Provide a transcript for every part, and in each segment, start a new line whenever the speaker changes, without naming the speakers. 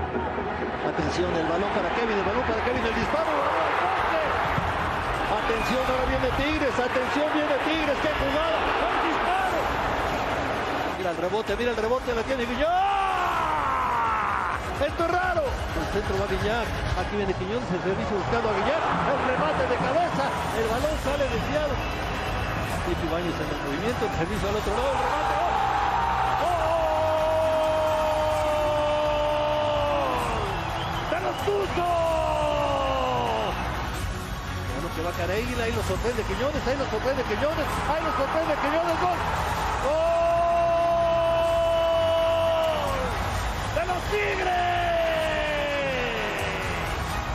Atención, el balón para Kevin, el balón para Kevin, el disparo. Atención, ahora viene Tigres, atención, viene Tigres, qué jugada, el disparo. Mira el rebote, mira el rebote, la tiene Guiñón. Esto es raro. El centro va a Guiñar, aquí viene Quiñón, se servicio buscando a Guiñar, el remate de cabeza, el balón sale desviado. Pichi Baños en el movimiento, el servicio al otro lado, el remate. ¡oh! ¡Gol! ¡De los Tuzos! Bueno, que va Careguila, ahí lo sorprende Quiñones, ahí lo sorprende Quiñones, ahí lo sorprende Quiñones, gol. ¡Gol! ¡De los Tigres!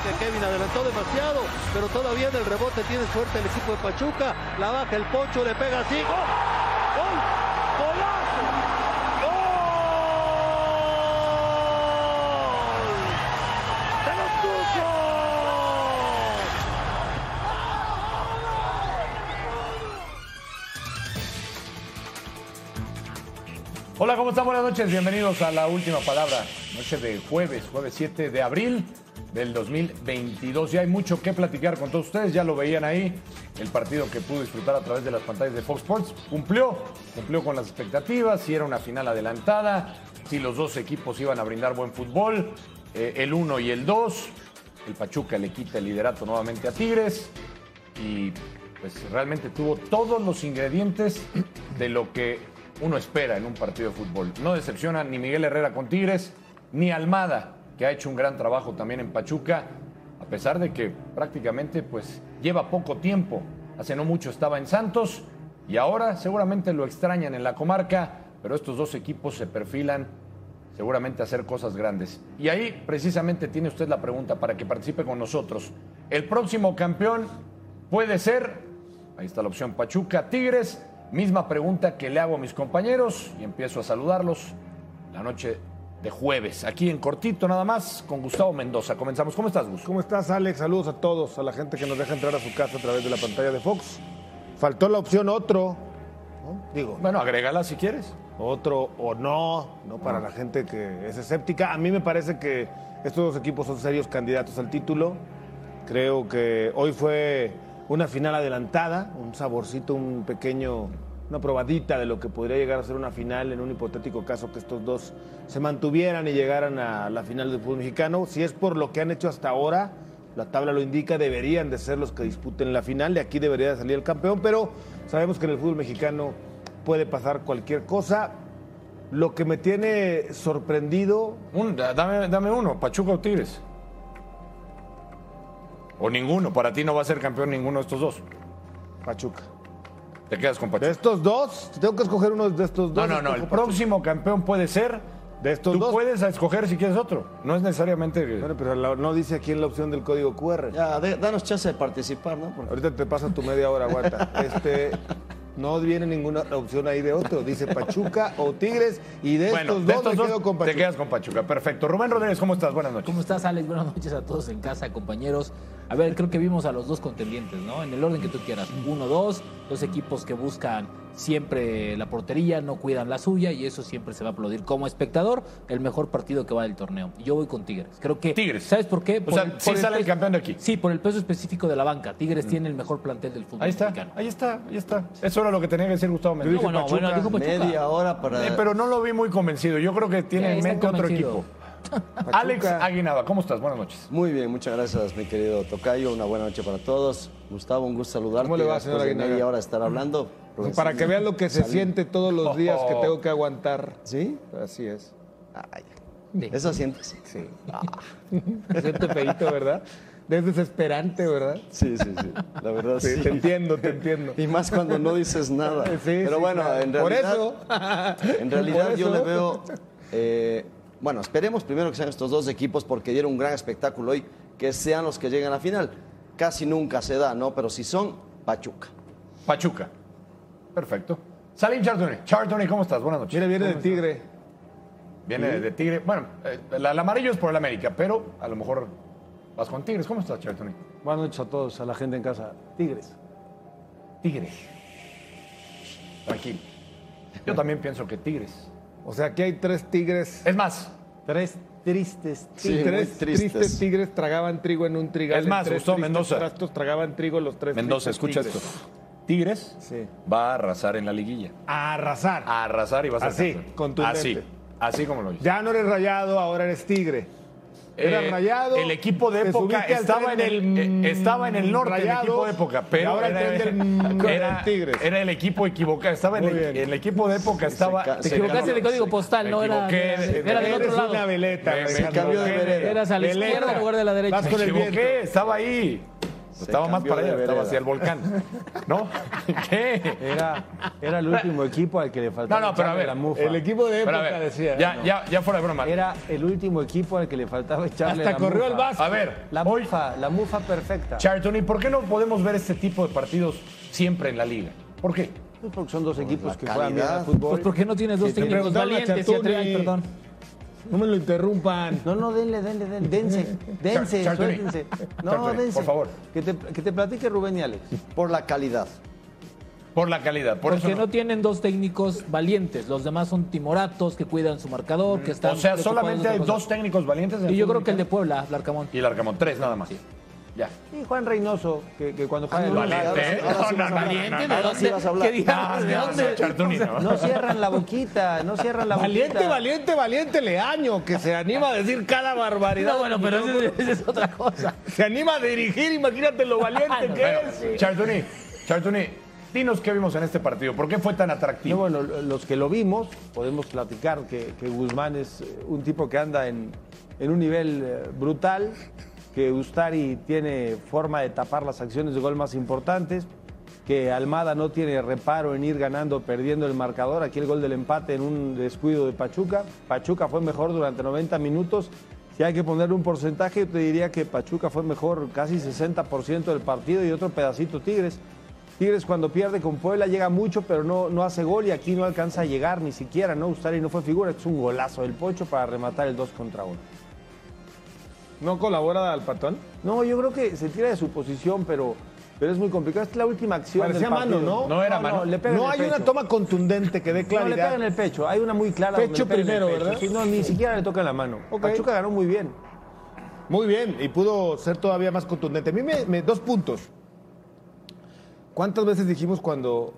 que Kevin adelantó demasiado, pero todavía en el rebote tiene suerte el equipo de Pachuca, la baja el pocho, le pega así, ¡gol! ¡Gol! ¡Golazo! ¡Gol! ¡De los Tuzos!
Hola, ¿cómo están? Buenas noches, bienvenidos a la última palabra. Noche de jueves, jueves 7 de abril del 2022. Ya hay mucho que platicar con todos ustedes, ya lo veían ahí. El partido que pudo disfrutar a través de las pantallas de Fox Sports cumplió, cumplió con las expectativas, si era una final adelantada, si los dos equipos iban a brindar buen fútbol, eh, el 1 y el 2. El Pachuca le quita el liderato nuevamente a Tigres y pues realmente tuvo todos los ingredientes de lo que uno espera en un partido de fútbol. No decepciona ni Miguel Herrera con Tigres, ni Almada, que ha hecho un gran trabajo también en Pachuca, a pesar de que prácticamente pues lleva poco tiempo. Hace no mucho estaba en Santos y ahora seguramente lo extrañan en la comarca, pero estos dos equipos se perfilan seguramente hacer cosas grandes. Y ahí precisamente tiene usted la pregunta para que participe con nosotros. El próximo campeón puede ser, ahí está la opción Pachuca, Tigres, misma pregunta que le hago a mis compañeros y empiezo a saludarlos la noche de jueves, aquí en cortito nada más, con Gustavo Mendoza. Comenzamos, ¿cómo estás Gus?
¿Cómo estás, Alex? Saludos a todos, a la gente que nos deja entrar a su casa a través de la pantalla de Fox. Faltó la opción otro, ¿no? digo,
Bueno, agrégala si quieres. Ah.
otro o no, no para la gente que es escéptica. A mí me parece que estos dos equipos son serios candidatos al título. Creo que hoy fue una final adelantada, un saborcito, un pequeño, una probadita de lo que podría llegar a ser una final en un hipotético caso que estos dos se mantuvieran y llegaran a la final del fútbol mexicano. Si es por lo que han hecho hasta ahora, la tabla lo indica, deberían de ser los que disputen la final, de aquí debería de salir el campeón, pero sabemos que en el fútbol mexicano puede pasar cualquier cosa. Lo que me tiene sorprendido
Un- da- dame, dame uno, Pachuca o Tigres. O ninguno, para ti no va a ser campeón ninguno de estos dos.
Pachuca.
Te quedas con
De
Pachuca.
estos dos, si tengo que escoger uno de estos
No,
dos.
no, no, el
escojo Pachuca.
próximo campeón puede ser.
De estos
Tú
dos.
puedes escoger si quieres otro. No es necesariamente.
Bueno, pero la- no dice aquí en la opción del código QR.
Ya, de- danos chance de participar, ¿no? Porque-
Ahorita te pasa tu media hora, guata. Este, no viene ninguna opción ahí de otro. Dice Pachuca o Tigres y de
Bueno,
estos
de
dos me
estos
quedo con
te
Pachuca.
quedas con Pachuca. Perfecto. Rubén Rodríguez, ¿cómo estás? Buenas noches.
¿Cómo estás, Alex? Buenas noches a todos en casa, compañeros. A ver, creo que vimos a los dos contendientes, ¿no? En el orden que tú quieras. Uno, dos, dos equipos que buscan siempre la portería, no cuidan la suya y eso siempre se va a aplaudir. Como espectador, el mejor partido que va del torneo. Y Yo voy con Tigres. Creo que...
Tigres.
¿Sabes por qué? Por
sea, sí
por
sale el
peso-
campeón de aquí. Mm.
Sí, por el peso específico de la banca. Tigres tiene el mejor plantel del fútbol
Ahí está,
mexicano.
ahí está, ahí está. Eso era lo que tenía que decir Gustavo
No,
Mendoza.
bueno, bueno, dijo Pachuca.
Media hora para.
Eh, pero no lo vi muy convencido. Yo creo que tiene
Ya
en
está
mente otro
convencido.
equipo. Alex Aguinaba, ¿cómo estás? Buenas noches.
Muy bien, muchas gracias, mi querido Tocayo. Una buena noche para todos. Gustavo, un gusto saludarte.
¿Cómo le va,
Después
señora
de
Aguinaga?
media hora de estar hablando. pues, Profesor,
Para que vean
Oh.
lo que se siente todos los días que tengo que aguantar.
¿Sí? Ah.
Así es.
Ay,
Sí.
¿Eso sientes?
Sí. Siento feíto, ¿verdad? Es desesperante, ¿verdad?
Sí, sí, sí. La verdad
Sí,
sí.
te entiendo, te entiendo.
Y más cuando no dices nada.
Sí,
Pero
sí,
bueno,
claro.
Ah, en realidad.
Por eso.
En realidad
Por
yo
eso.
le veo, eh, bueno, esperemos primero que sean estos dos equipos porque dieron un gran espectáculo hoy, que sean los que lleguen a la final. Casi nunca se da, ¿no? Pero si son, Pachuca.
Pachuca. Perfecto. Salim Chartoni. Chartoni, ¿cómo estás? Buenas noches.
Mira, viene de Tigre.
Viene
Mm.
de- de Tigre. Bueno, eh, el, el amarillo es por el América, pero a lo mejor vas con Tigres. ¿Cómo estás, Chartoni?
Buenas noches a todos, a la gente en casa. Tigres.
Tigres. Tranquilo. Yo también pienso que Tigres.
O sea, aquí hay tres tigres.
Es más,
Tres tristes.
Sí,
tres
muy
tristes.
tristes.
tigres tragaban trigo en un trigal.
Es más,
En tres
Gustavo
tristes
Mendoza.
trastos tragaban trigo los tres.
Mendoza, escucha
tristes
esto.
tigres.
Tigres
Sí.
va a arrasar en la liguilla.
A arrasar.
A arrasar y vas a
Así,
alcanzar.
contundente.
Así, así como lo oyes.
Ya no eres rayado, ahora eres tigre. Era
Eh,
rayado.
El equipo de
te
época
subiste al
estaba en
tren
el,
del-
eh, estaba en el norte
Rayados,
el equipo de época,
y
pero
ahora
era,
el tren del- con
era-
el Tigres.
era el equipo equivocado, estaba en
Muy
el,
bien.
el equipo de época estaba
ca-
Te
Se
equivocaste
ganó,
de código
se-
postal,
me
no era,
equivoqué,
era,
de-
era del
Eres
otro lado.
una veleta.
Me- me
Alejandro.
cambió de vereda.
Eras a la
Veleta.
izquierda en lugar de la derecha.
Vas
Me
con el
equivoqué,
viento.
estaba ahí. estaba más
cambió
para
de
allá, estaba
vereda.
hacia el volcán. ¿No? ¿Qué?
Era, era el último equipo al que le faltaba
No, no, pero a
echarle
ver,
la mufa.
El equipo de
Pero
época
a ver,
decía.
ya,
¿no?
ya, ya fuera de broma.
Era el último equipo al que le faltaba echarle
Hasta
la
corrió
mufa.
el Vasco.
A ver,
La
hoy,
mufa, la mufa perfecta.
Charlton, ¿y por qué no podemos ver este tipo de partidos siempre en la liga? ¿Por qué?
Pues porque son dos equipos que juegan bien
calidad.
al fútbol.
Pues ¿por qué no tienes dos
Sí, te
técnicos
preguntaron a
valientes y a tres?
Chatuni.
Ay, perdón.
No me lo interrumpan.
No, no, denle, denle, denle, dense, dense,
Char- Chartuni.
suéltense. No,
Chartuni,
dense.
por favor.
Que te, que te platique Rubén y Alex.
Por la calidad.
Por la calidad, por
Porque
eso.
no
no.
tienen dos técnicos valientes. Los demás son timoratos que cuidan su marcador, que están.
Mm. O sea,
preocupados
solamente
de
hay
otra
dos
cosa.
técnicos valientes. en
Y yo
fútbol
creo que el de Puebla, Larcamón.
Y el Arcamón, tres nada más. Ya.
Y Juan Reynoso, que, que cuando juega el
Valiente,
ahora sí-
¿eh?
ahora sí
No,
vas
no,
a hablar.
¿Valiente? ¿De
Ahora sí
dónde?
vas a hablar.
¿Qué diablos? ¿De
Ah, No, no,
dónde?
Chartuni, no.
No cierran la boquita, no cierran la
Valiente,
boquita.
valiente, valiente Leaño, que se anima a decir cada barbaridad.
No, bueno, pero esa es- esa es otra cosa.
Se anima a dirigir, imagínate lo valiente que
Bueno,
es.
Chartuni, Chartuni, dinos qué vimos en este partido. ¿Por qué fue tan
No,
atractivo?
bueno, los que lo vimos, podemos platicar que, que Guzmán es eh, un tipo que anda en, en un nivel eh, brutal, que Ustari tiene forma de tapar las acciones de gol más importantes, que Almada no tiene reparo en ir ganando, o perdiendo el marcador, aquí el gol del empate en un descuido de Pachuca. Pachuca fue mejor durante 90 minutos. Si hay que ponerle un porcentaje, yo te diría que Pachuca fue mejor casi 60% del partido y otro pedacito Tigres. Tigres cuando pierde con Puebla llega mucho, pero no, no hace gol y aquí no alcanza a llegar ni siquiera, ¿no? Ustari no fue figura, es un golazo del Pocho para rematar el 2 contra 1.
¿No colabora al patón?
No, yo creo que se tira de su posición, pero, pero es muy complicado. Esta es la última acción
Parecía
del partido.
mano, ¿no?
No era mano.
le pega en
No
el
hay una
pecho.
toma contundente que dé
No, le pega
claridad.
en el pecho, hay una muy clara. donde
Pecho
le pega en el
primero,
pecho.
¿verdad?
Sí, no, ni siquiera le toca en la mano.
Ok.
Pachuca ganó muy bien.
Muy bien, y pudo ser todavía más contundente. A mí me, me- dos puntos. ¿Cuántas veces dijimos cuando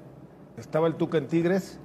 estaba el Tuca en Tigres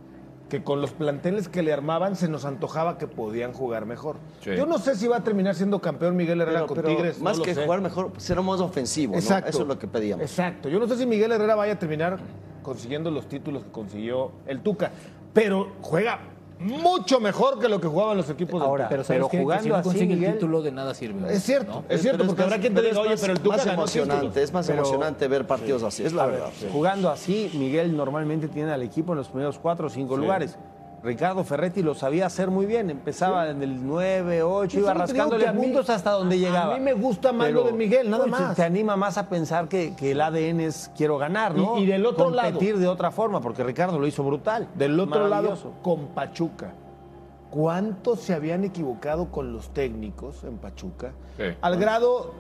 que con los planteles que le armaban se nos antojaba que podían jugar mejor?
Sí.
Yo no sé si va a terminar siendo campeón Miguel Herrera
Pero-
con
pero
Tigres.
Más
no lo
que
sé.
jugar mejor, ser más ofensivo, ¿no?
Exacto.
Eso es lo que pedíamos.
Exacto. Yo no sé si Miguel Herrera vaya a terminar consiguiendo los títulos que consiguió el Tuca, pero juega mucho mejor que lo que jugaban los equipos del
Ahora,
Tuca.
Pero, ¿sabes
Pero
qué? Que
jugando
si no
así,
consigue el
Miguel-
título, de nada sirve.
Es cierto,
¿no?
es
Pero
cierto, porque
más-
habrá quien te
pero
diga,
es
oye,
más-
pero el Tuca
más
ganó títulos".
emocionante, es más
Pero-
emocionante ver partidos así, es la
A ver,
verdad.
Jugando así, Miguel normalmente tiene al equipo en los primeros cuatro o cinco lugares. Ricardo Ferretti lo sabía hacer muy bien. Empezaba en el 9, 8,
Yo
iba
solo te digo
rascándole
que a mí-
puntos hasta donde
a
llegaba.
mí me gusta más lo de Miguel, nada
pues,
más.
Te anima más a pensar que, que el ADN es quiero ganar, ¿no?
Y- y del otro lado.
Competir de otra forma, porque Ricardo lo hizo brutal.
Del otro lado,
Maravilloso.
con Pachuca. ¿Cuántos se habían equivocado con los técnicos en Pachuca?
Sí.
Al grado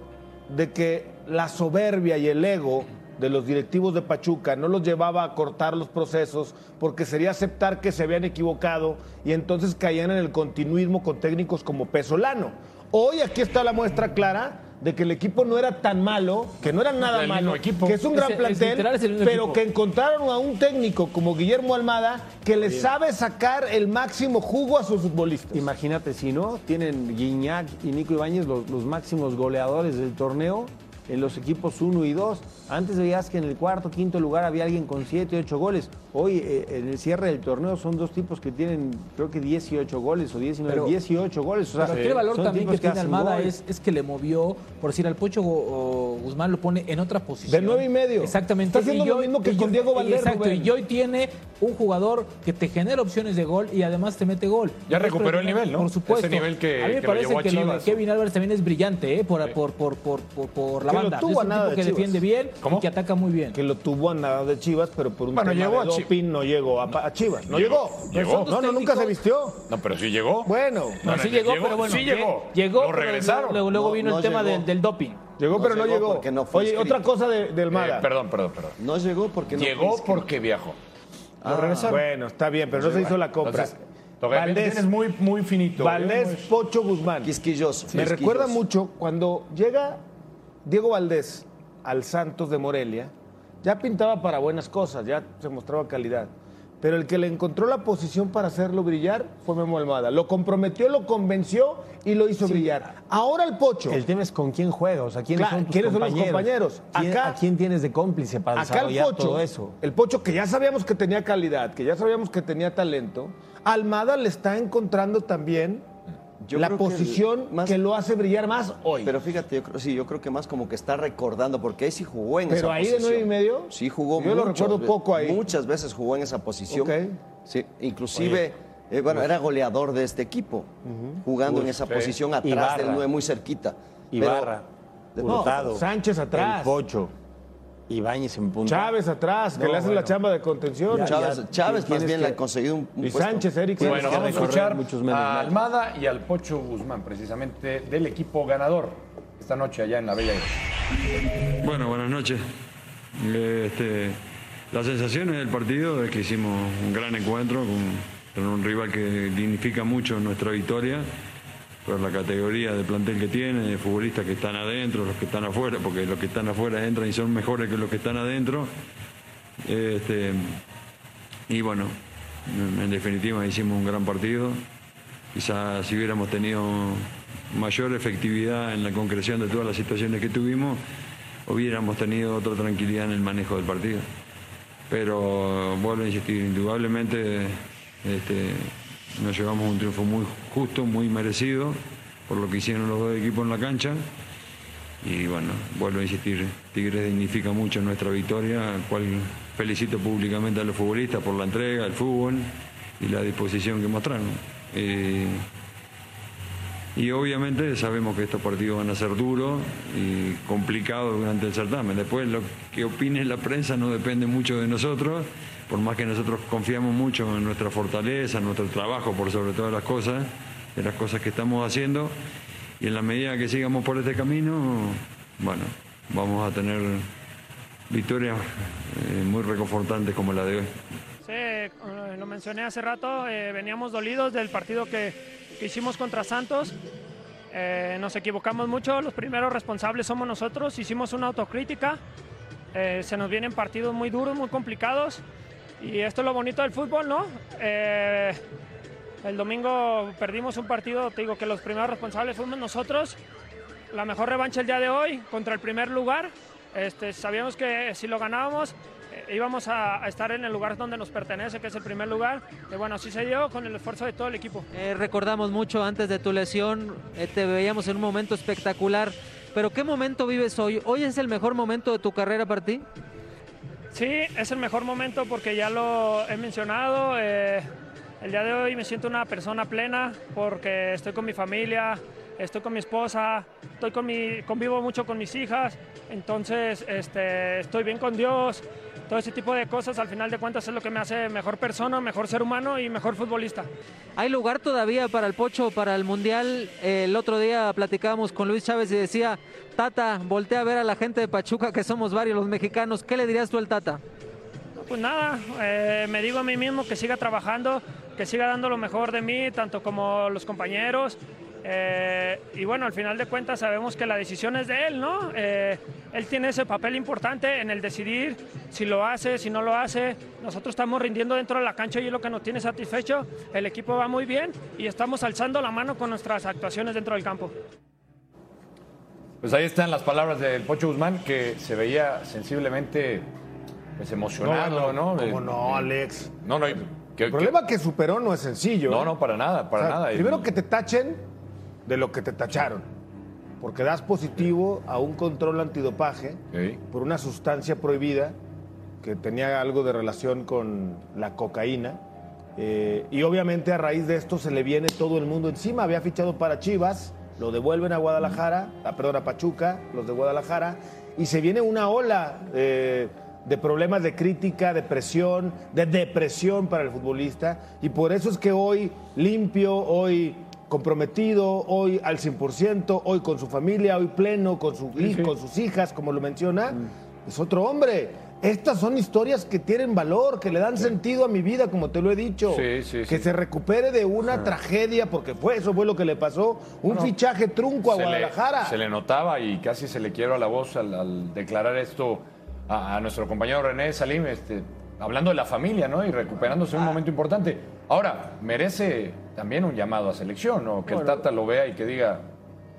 de que la soberbia y el ego de los directivos de Pachuca no los llevaba a cortar los procesos porque sería aceptar que se habían equivocado y entonces caían en el continuismo con técnicos como Pesolano. Hoy aquí está la muestra clara de que el equipo no era tan malo, que no era nada
el
malo,
mismo equipo.
que es un
Es
gran
el- es
plantel,
literal, es el mismo
pero
equipo.
que encontraron a un técnico como Guillermo Almada que le sabe sacar el máximo jugo a sus futbolistas.
Imagínate si no, tienen Guiñac y Nico Ibáñez los, los máximos goleadores del torneo en los equipos 1 y 2. Antes veías que en el cuarto, quinto lugar había alguien con 7, 8 goles. Hoy eh, en el cierre del torneo son dos tipos que tienen creo que 18 goles o 19,
Pero-
18 goles. O sea,
Pero aquí el valor
son
también que
tipos
tiene
hacen
Almada
goles.
es, es que le movió, por decir, al Pocho Gu- o Guzmán lo pone en otra posición.
De nueve y medio.
Exactamente.
Está haciendo
Y
lo
hoy-
mismo que
y
con
hoy-
Diego Valdés,
Exacto,
Rubén.
y hoy tiene un jugador que te genera opciones de gol y además te mete gol.
Ya
No es
recuperó el
problema,
nivel, ¿no?
Por supuesto.
Ese nivel que-
a mí me
que lo
parece
llevó a
que lo de
Chivas.
Kevin Álvarez también es brillante, ¿eh? Por, por, por, por, por, por la
Que lo
banda.
tuvo
Es
a
un
nada
tipo
de
que
Chivas.
defiende bien
¿Cómo?
y que ataca muy bien.
que lo tuvo a nada de Chivas, pero por un
Bueno,
tema
llegó
de
a Chi-
doping no llegó a, pa- a Chivas. No
Llegó,
llegó.
llegó.
No, no, nunca se vistió.
No, pero sí llegó.
Bueno.
No, sí llegó, pero bueno.
Sí
lle-
llegó.
Llegó,
Lo
pero
regresaron.
Luego, luego
No,
vino
no
el tema
llegó.
del, del doping.
Llegó,
No
pero no
llegó
llegó.
porque no fue
Oye,
inscrito.
otra cosa de, del Mada.
Eh, perdón, perdón, perdón.
No llegó porque no.
Llegó
fue inscrito.
porque viajó.
Ah,
Bueno, está bien, pero no se hizo la compra.
Entonces, Todavía
Valdés-
tienes muy, muy finito.
Valdés,
¿eh?
Pocho, Guzmán.
Quisquilloso.
Me
quisquilloso.
recuerda mucho cuando llega Diego Valdés al Santos de Morelia, ya pintaba para buenas cosas, ya se mostraba calidad. Pero el que le encontró la posición para hacerlo brillar fue Memo Almada. Lo comprometió, lo convenció y lo hizo brillar. Ahora el Pocho.
El tema es con quién juega, o sea, quiénes
Claro,
son tus
¿quiénes son los
compañeros.
compañeros?
¿Quién-
Acá-
¿A quién tienes de cómplice para
Acá el
desarrollar todo
Pocho,
eso?
el Pocho que ya sabíamos que tenía calidad, que ya sabíamos que tenía talento, Almada le está encontrando también
Yo
la
creo que el-
posición
más-
que lo hace brillar más hoy.
Pero fíjate, yo creo, sí, yo creo que más como que está recordando, porque ahí sí jugó en
Pero
esa
ahí de
posición.
nueve y medio,
Sí jugó
yo lo
muchas
recuerdo
ve-
poco ahí.
Muchas veces jugó en esa posición.
Ok.
Sí, inclusive, eh, bueno, era goleador de este equipo, jugando en esa posición atrás
Ibarra.
del 9, muy cerquita. Pero-
Ibarra,
de-
Hurtado,
Sánchez atrás.
El Pocho, Ibáñez en punta.
Chávez atrás, que
No,
le hacen la
bueno.
chamba de contención.
Ya,
Chávez,
ya,
Chávez más
tienes
bien
que-
le ha conseguido un, un
Y
puesto.
Sánchez, Eric
Tienes
Bueno,
que
vamos a
recorrer
escuchar
muchos menos,
a
¿no?
Almada y al Pocho Guzmán, precisamente del equipo ganador, esta noche allá en la Bella Italia.
Bueno, buenas noches. Eh, Este, las sensaciones del partido es que hicimos un gran encuentro con, con un rival que dignifica mucho nuestra victoria por la categoría de plantel que tiene, de futbolistas que están adentro, los que están afuera, porque los que están afuera entran y son mejores que los que están adentro. Eh, Este, y bueno, en- en definitiva hicimos un gran partido. Quizás si hubiéramos tenido mayor efectividad en la concreción de todas las situaciones que tuvimos, hubiéramos tenido otra tranquilidad en el manejo del partido. Pero vuelvo a insistir, indudablemente este, nos llevamos un triunfo muy justo, muy merecido por lo que hicieron los dos equipos en la cancha. Y bueno, vuelvo a insistir, Tigres dignifica mucho nuestra victoria, al cual felicito públicamente a los futbolistas por la entrega, el fútbol y la disposición que mostraron. Eh, y obviamente sabemos que estos partidos van a ser duros y complicados durante el certamen. Después lo que opine la prensa no depende mucho de nosotros, por más que nosotros confiamos mucho en nuestra fortaleza, en nuestro trabajo por sobre todas las cosas, de las cosas que estamos haciendo. Y en la medida que sigamos por este camino, bueno, vamos a tener victorias eh, muy reconfortantes como la de hoy.
Sí, eh, lo mencioné hace rato, eh, veníamos dolidos del partido que, que hicimos contra Santos. Eh, nos equivocamos mucho, los primeros responsables somos nosotros, hicimos una autocrítica, Eh, se nos vienen partidos muy duros, muy complicados y esto es lo bonito del fútbol, ¿no? Eh, el domingo perdimos un partido, te digo que los primeros responsables fuimos nosotros, la mejor revancha el día de hoy contra el primer lugar. Este, sabíamos que si lo ganábamos eh, íbamos a, a estar en el lugar donde nos pertenece, que es el primer lugar. Y bueno, así se dio con el esfuerzo de todo el equipo.
Eh, recordamos mucho antes de tu lesión, eh, te veíamos en un momento espectacular, pero ¿qué momento vives hoy? ¿Hoy es el mejor momento de tu carrera para ti?
Sí, es el mejor momento porque ya lo he mencionado. eh, el día de hoy me siento una persona plena porque estoy con mi familia, estoy con mi esposa, estoy con mi, convivo mucho con mis hijas, entonces este, estoy bien con Dios. Todo ese tipo de cosas al final de cuentas es lo que me hace mejor persona, mejor ser humano y mejor futbolista.
¿Hay lugar todavía para el Pocho, para el Mundial? Eh, el otro día platicábamos con Luis Chávez y decía, Tata, voltea a ver a la gente de Pachuca, que somos varios los mexicanos, ¿qué le dirías tú al Tata?
Pues nada, eh, me digo a mí mismo que siga trabajando, que siga dando lo mejor de mí, tanto como los compañeros. eh, y bueno, al final de cuentas sabemos que la decisión es de él, ¿no? Eh, él tiene ese papel importante en el decidir si lo hace, si no lo hace. Nosotros estamos rindiendo dentro de la cancha y es lo que nos tiene satisfecho. El equipo va muy bien y estamos alzando la mano con nuestras actuaciones dentro del campo.
Pues ahí están las palabras del Pocho Guzmán, que se veía sensiblemente pues, emocionado, ¿no? Eh,
¿Cómo no, Alex?
No, no, y- que- que-
El problema que superó no es sencillo.
no,
¿eh?
no, para nada, para
O sea,
nada.
Primero que te tachen de lo que te tacharon. Porque das positivo a un control antidopaje
Sí.
por una sustancia prohibida que tenía algo de relación con la cocaína. Eh, y obviamente a raíz de esto se le viene todo el mundo encima. Había fichado para Chivas, lo devuelven a Guadalajara, a, perdón, a Pachuca, los de Guadalajara, y se viene una ola eh, de problemas de crítica, de presión, de depresión para el futbolista. Y por eso es que hoy limpio, hoy comprometido, hoy al 100%, hoy con su familia, hoy pleno, con, su, hij- con sus hijas, como lo menciona, es otro hombre. Estas son historias que tienen valor, que le dan sentido a mi vida, como te lo he dicho.
Sí, sí,
que
sí.
se recupere de una tragedia, porque fue eso fue lo que le pasó. Un fichaje trunco a
se le-
Guadalajara.
se le notaba y casi se le quiebra la voz al, al declarar esto a, a nuestro compañero René Salim, este, hablando de la familia, ¿no? Y recuperándose
Ah.
en un momento importante. Ahora, merece también un llamado a selección, ¿no? Que
Bueno.
el Tata lo vea y que diga.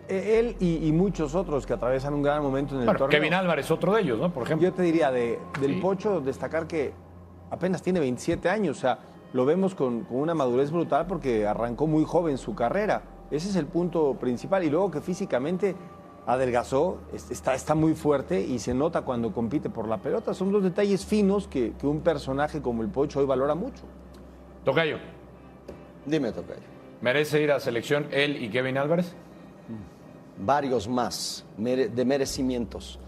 Eh, Él y, y muchos otros que atraviesan un gran momento en el
Bueno,
torneo.
Kevin Álvarez, otro de ellos, ¿no? Por ejemplo.
Yo te diría de, del
Sí.
Pocho destacar que apenas tiene 27 años, o sea, lo vemos con, con una madurez brutal porque arrancó muy joven su carrera. Ese es el punto principal. Y luego que físicamente adelgazó, es- está, está muy fuerte y se nota cuando compite por la pelota. Son los detalles finos que, que un personaje como el Pocho hoy valora mucho.
Tocayo,
Dime, Tocayo.
¿merece ir a selección él y Kevin Álvarez?
varios más mere- de merecimientos.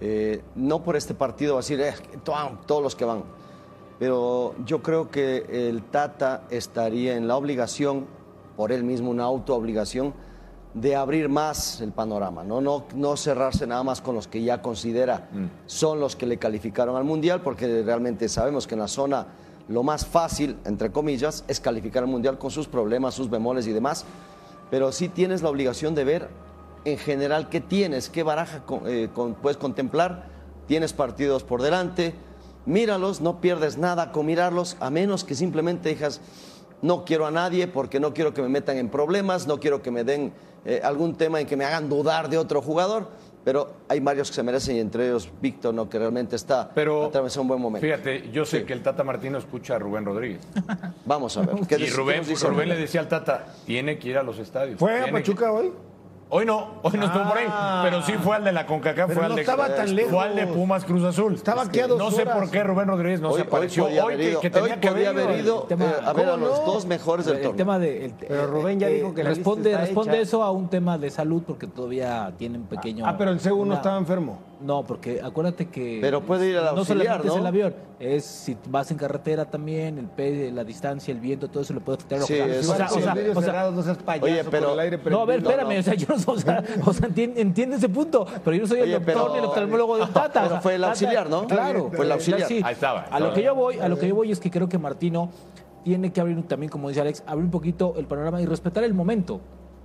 Eh, no por este partido va a decir, "Eh, to- todos los que van, pero yo creo que el Tata estaría en la obligación, por él mismo una autoobligación, de abrir más el panorama, ¿no? No, no cerrarse nada más con los que ya considera son los que le calificaron al Mundial, porque realmente sabemos que en la zona lo más fácil, entre comillas, es calificar al Mundial con sus problemas, sus bemoles y demás pero sí tienes la obligación de ver en general qué tienes, qué baraja con- eh, con- puedes contemplar. Tienes partidos por delante, míralos, no pierdes nada con mirarlos, a menos que simplemente digas, no quiero a nadie porque no quiero que me metan en problemas, no quiero que me den eh, algún tema en que me hagan dudar de otro jugador, pero hay varios que se merecen y entre ellos Víctor, ¿no? que realmente está
Pero.
atravesando un buen momento.
Fíjate, yo sé que el Tata Martino escucha a Rubén Rodríguez.
Vamos a ver. ¿qué
Y
dice- qué
Rubén,
nos dice
Rubén le
Rubén?
decía al Tata, tiene que ir a los estadios.
¿Fue a
tiene que-
Pachuca hoy?
Hoy no, hoy no estuvo por ahí,
Ah.
pero sí fue al de la CONCACAF,
Pero
fue al
no
de
estaba tan
fue al de
lejos.
Pumas Cruz Azul.
Estaba
Es
aquí a
que
dos
No sé
horas.
por qué Rubén Rodríguez no
Hoy,
se
hoy
apareció. Hoy,
podía haber
que,
ido,
que tenía
hoy
que
podía haber ido,
tema-
eh, a ver a
¿Cómo
los
no?
dos mejores del
El
torneo.
tema de, el-
Eh,
Pero Rubén ya dijo que la lista
responde,
está
responde
hecha.
eso a un tema de salud porque todavía tienen pequeño.
Ah, pero el C1
una-
estaba enfermo.
No, porque acuérdate que.
Pero puede ir al
No
auxiliar,
solamente es
¿no?
el avión, es si vas en carretera también, el pe- la distancia, el viento, todo eso le puede afectar a los
Sí,
jugadores.
es-
O sea,
sí.
o sea, o sea,
no seas payaso
Oye,
con
pero-
el aire
no, a ver,
No,
espérame,
no.
o sea, yo no soy, o sea, o sea, entien- entiende ese punto, pero yo no soy el
Oye,
doctor
pero-
ni el oftalmólogo del Tata. o
Pero
sea,
fue el
Tata-
auxiliar, ¿no?
Claro.
Fue el auxiliar.
Sí.
Ahí estaba,
A lo
estaba.
que yo voy, a lo que yo voy es que creo que Martino tiene que abrir también, como dice Alex, abrir un poquito el panorama y respetar el momento.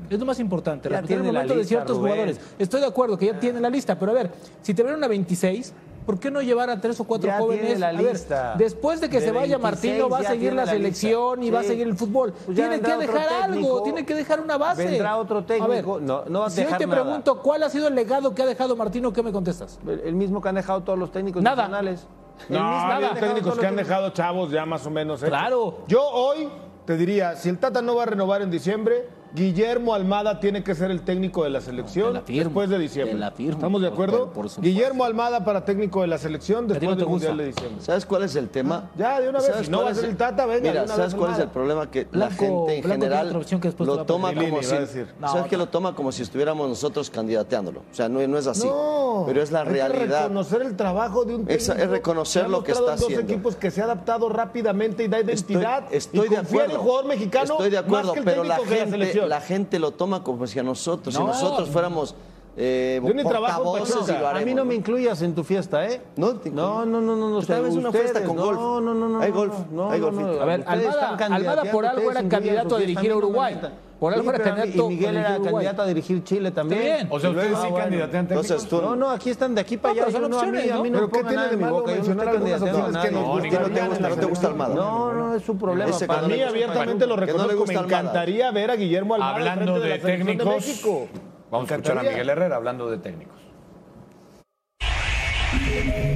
Es lo más importante,
Ya
respetar el
tiene la
momento de
lista,
ciertos
Rubén.
jugadores. Estoy de acuerdo que ya tiene la lista, pero a ver, si te vieron a 26, ¿por qué no llevar a tres o cuatro
Ya
jóvenes?
tiene la
A ver,
lista.
después de que
De
se vaya
26
Martino, va a
ya
seguir
tiene
la
la lista.
selección y va a
Sí.
seguir el fútbol.
Pues ya
tiene que
vendrá otro
dejar algo,
técnico.
tiene que dejar una base.
Vendrá otro
A ver,
técnico, no- no va a
si hoy
dejar
te
nada.
pregunto cuál ha sido el legado que ha dejado Martino, ¿qué me contestas?
El, el mismo que han dejado todos los técnicos
Nada.
nacionales. El
No,
mismo
había
que han dejado
técnicos
todos
que
los
han dejado chavos ya más o menos. hechos.
Claro.
Yo hoy te diría, si el Tata no va a renovar en diciembre, Guillermo Almada tiene que ser el técnico de la selección
No, te la firmo,
después de diciembre.
te la firmo,
¿Estamos de
por-
acuerdo?
por- por supuesto.
Guillermo Almada para técnico de la
ti
selección
no
después
te
del Mundial
gusta?
de diciembre.
¿Sabes cuál es el tema?
Ya, de una vez,
¿Sabes
si no
cuál
va a
es
ser
el-
el Tata, venga,
Mira,
de una
¿sabes
vez
cuál es
Almada?
el problema? Que la
Blanco-
gente en
Blanco tiene otra
general
opción que después te va
lo
a
toma
poner.
como
Lini,
si...
va a decir.
No,
¿Sabes que
no.
lo toma como si estuviéramos nosotros candidateándolo? O sea, no, no es así.
No,
pero es la
hay que
realidad.
reconocer el trabajo de un
Es-
técnico
es reconocer
ha
lo que
mostrado
está
en dos
haciendo.
equipos que se ha adaptado rápidamente y da identidad.
Estoy, estoy
y
de
confía en
acuerdo.
el jugador mexicano
Estoy de acuerdo,
más que el
pero la
técnico que la
gente,
selección.
la gente lo toma como si a nosotros, si
No.
nosotros fuéramos eh,
Yo ni trabajo en
portavoces
Pachuca.
y lo
A mí no
haremos,
me
¿no?
incluyas en tu fiesta, ¿eh?
No te
no,
incluyo.
no, no, no, no.
Yo estaba en una
ustedes,
fiesta con
no,
golf.
No, no, no, no.
Hay golf,
no,
hay
no,
golf. A
no,
A ver,
ustedes
Almada, Almada por
están candidateando,
algo era
ustedes incluyen
candidato a
su fiesta,
dirigir a
mí no me
Uruguay.
metan.
Por algo
Sí,
era
pero a mí-
candidato a
Y Miguel
dirigir
era
Uruguay.
candidato a dirigir Chile también.
Está bien.
O sea, ustedes sí candidatean técnicos.
Entonces tú
No, no, aquí están de aquí para
No,
allá.
pero son
yo no, a mí,
opciones,
a mí
¿no?
no me
¿Pero qué
pongan
tiene
nada
de
en mi
malo
boca. Yo no
mencionar
estoy
algunas
candidateando a
opciones que
nadie.
nos
No, ni
gustarían
no te gusta,
en la
no te gusta Almada. No, no, es su problema.
Ese
Para
A mí
Almada.
abiertamente lo
Que no le
reconozco.
gusta
me
Almada.
encantaría ver a Guillermo Almada
Hablando
frente
de
la selección
técnicos,
de México.
Vamos a escuchar a Miguel Herrera hablando de técnicos.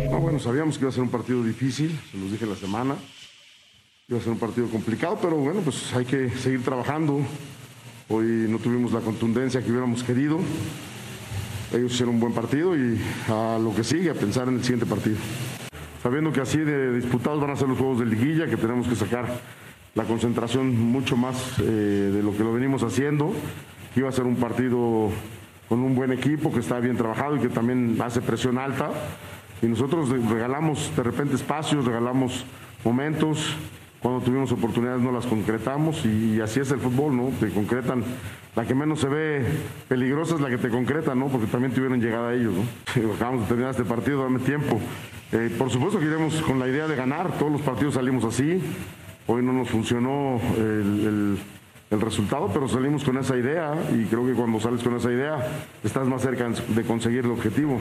No, bueno, sabíamos que iba a ser un partido difícil, se los dije la semana. Iba a ser un partido complicado, pero bueno, pues hay que seguir trabajando. Hoy no tuvimos la contundencia que hubiéramos querido. Ellos hicieron un buen partido y a lo que sigue, a pensar en el siguiente partido. Sabiendo que así de disputados van a ser los juegos de liguilla, que tenemos que sacar la concentración mucho más eh, de lo que lo venimos haciendo. Iba a ser un partido con un buen equipo que está bien trabajado y que también hace presión alta. Y nosotros regalamos de repente espacios, regalamos momentos. Cuando tuvimos oportunidades no las concretamos y, así es el fútbol, ¿no? Te concretan. La que menos se ve peligrosa es la que te concreta, ¿no? Porque también tuvieron llegada a ellos, ¿no? Acabamos de terminar este partido, dame tiempo. Eh, por supuesto que iremos con la idea de ganar. Todos los partidos salimos así. Hoy no nos funcionó el- el- el resultado, pero salimos con esa idea y creo que cuando sales con esa idea estás más cerca de conseguir el objetivo.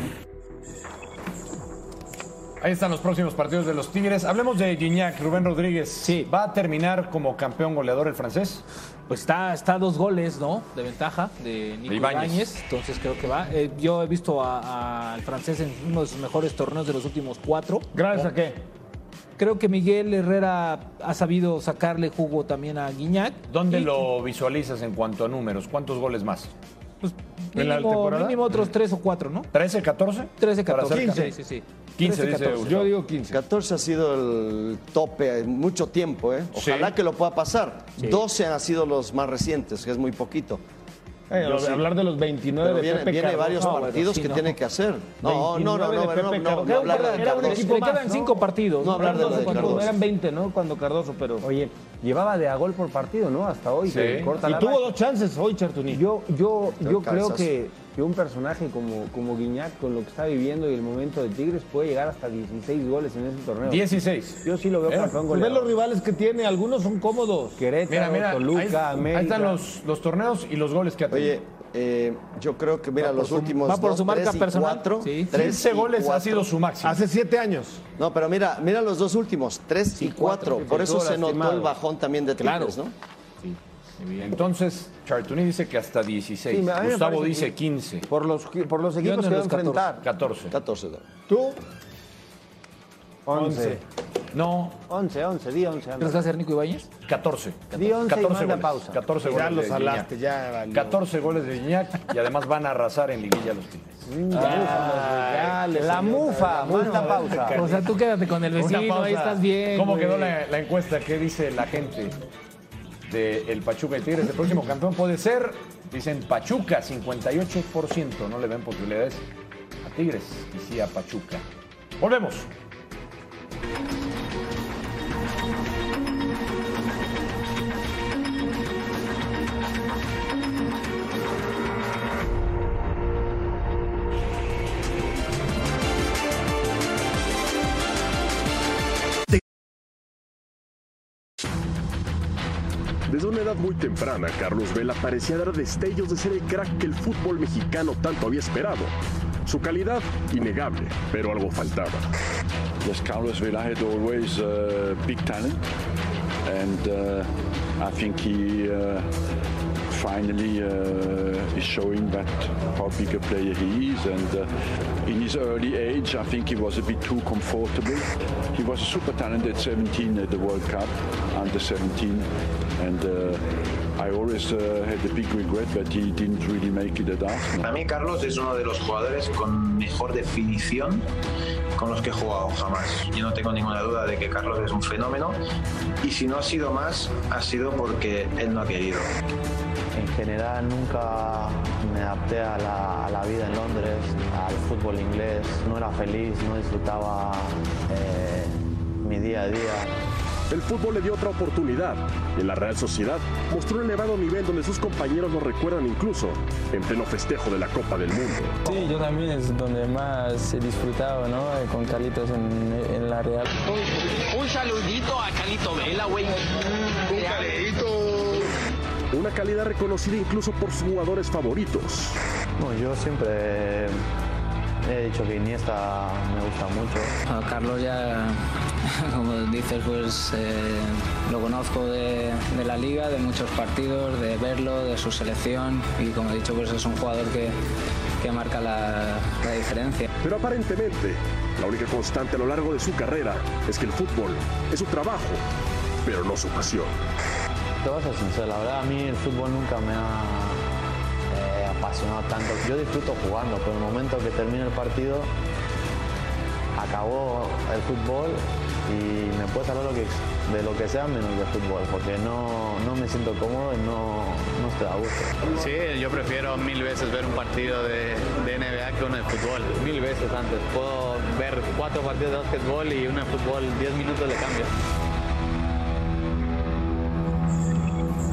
Ahí están los próximos partidos de los Tigres. Hablemos de Gignac, Rubén Rodríguez. Sí. ¿Va a terminar como campeón goleador el francés?
Pues está, está a dos goles, ¿no? De ventaja de Nico
De Ibáñez.
Ibáñez. Entonces creo que va. Eh, yo he visto a- a- al francés en uno de sus mejores torneos de los últimos cuatro.
¿Gracias a qué?
Creo que Miguel Herrera ha sabido sacarle jugo también a Guiñac.
¿Dónde
Y
lo visualizas en cuanto a números? ¿Cuántos goles más? en la
Mínimo,
temporada?
mínimo otros tres o cuatro, ¿no?
¿13, 14?
13,
Para
14.
ser
Sí, sí, sí.
15, dice
13, 14.
Yo digo
15. 14 ha sido el tope en mucho tiempo, ¿eh? Ojalá que lo pueda pasar. 12 han sido los más recientes, que es muy poquito.
Eh,
Yo sí.
Hablar de los 29
Pero
de
viene,
Pepe
viene
Cardoso.
varios
Ah, bueno,
partidos
sí,
que
no.
tienen que hacer. No, no, no, no,
29 de
no,
Pepe
no, no,
Cardoso.
no hablar de
Era un
Cardoso.
equipo
Le
más,
quedan
¿no?
cinco partidos.
No hablar de lo de
¿Cuántos
Cardoso.
Eran 20, ¿no? Cuando Cardoso, pero. Oye, llevaba de a gol por partido, ¿no? Hasta hoy.
Sí.
que corta
Y
la
tuvo
racha.
dos chances hoy, Chartuní.
Yo, yo, yo creo
Cabezazo.
que, que un personaje como, como Guiñac, con lo que está viviendo y el momento de Tigres, puede llegar hasta 16 goles en ese torneo.
16.
Yo sí lo veo
Eh,
campeón
pues ve
goleador.
los
rivales que tiene, algunos son cómodos.
Mira,
Querétaro,
mira,
Toluca,
ahí,
América.
ahí están los, los torneos y los goles que ha tenido.
Oye, eh, yo creo que, mira,
Va por
los
su-
últimos.
va por su marca
tres y
personal.
Cuatro,
Sí.
tres
15
y
goles ha
cuatro.
sido su máximo.
Hace siete años.
No, pero mira, mira los dos últimos, 3 y 4. Por eso
estuvo
se notó
lastimado.
el bajón también de Tigres, ¿no?
Entonces, Chartuní dice que hasta 16.
Sí, me- a mí me
Gustavo
parece
dice
que-
15.
Por los, por los
ando
equipos que
en
va a
los 14.
enfrentar.
14.
14. ¿no?
¿Tú? 11.
No,
11, 11, di 11.
¿Crees que va a ser Nico Ibáñez?
14.
Di 11 y manda
goles.
pausa.
14 goles.
Ya lo
de
salaste,
Gignac.
ya. valió.
14 goles de Gignac y además van a arrasar en liguilla los Tigres.
Ah,
Ah, La mufa, manda pausa.
O sea, tú quédate con el
Una
vecino,
pausa.
ahí estás bien.
¿Cómo
güey.
quedó la, la encuesta? ¿Qué dice la gente del Pachuca y Tigres? El próximo campeón puede ser, dicen Pachuca, 58%. No le ven posibilidades a Tigres y sí a Pachuca. Volvemos.
Desde una edad muy temprana, Carlos Vela parecía dar destellos de ser el crack que el fútbol mexicano tanto había esperado. Su calidad, innegable, pero algo faltaba.
Yes, Carlos Vela had always uh, big talent, and uh, I think he uh, finally uh, is showing that how big a player he is. And uh, in his early age, I think he was a bit too comfortable. He was super talented at 17 at the World Cup, under 17, and uh, I always uh, had a big regret that he didn't really make it at Arsenal.
Para mí Carlos es uno de los jugadores con mejor definición con los que he jugado jamás. Yo no tengo ninguna duda de que Carlos es un fenómeno y si no ha sido más, ha sido porque él no ha querido.
En general nunca me adapté a la, a la vida en Londres, al fútbol inglés. No era feliz, no disfrutaba eh, mi día a día.
El fútbol le dio otra oportunidad y en la Real Sociedad mostró un elevado nivel donde sus compañeros lo recuerdan incluso en pleno festejo de la Copa del Mundo.
Sí, yo también es donde más he disfrutado, ¿no? Eh, Con Carlitos en, la Real.
Un saludito a Calito Vela, güey.
Una calidad reconocida incluso por sus jugadores favoritos.
yo siempre He dicho que Iniesta me gusta mucho.
A Carlos ya, como dices, pues eh, lo conozco de, de la liga, de muchos partidos, de verlo, de su selección y como he dicho, pues es un jugador que, que marca la, la diferencia.
Pero aparentemente, la única constante a lo largo de su carrera es que el fútbol es su trabajo, pero no su pasión.
Te voy a ser sincero, la verdad a mí el fútbol nunca me ha eh, apasionado tanto. Yo disfruto jugando, pero el momento que termina el partido, acabó el fútbol y me puedes hablar lo que, de lo que sea menos de fútbol, porque no, no me siento cómodo y no, no estoy a gusto.
Sí, yo prefiero mil veces ver un partido de, de NBA que uno de fútbol. Mil veces antes. Puedo ver cuatro partidos de básquetbol y uno de fútbol, diez minutos le cambio.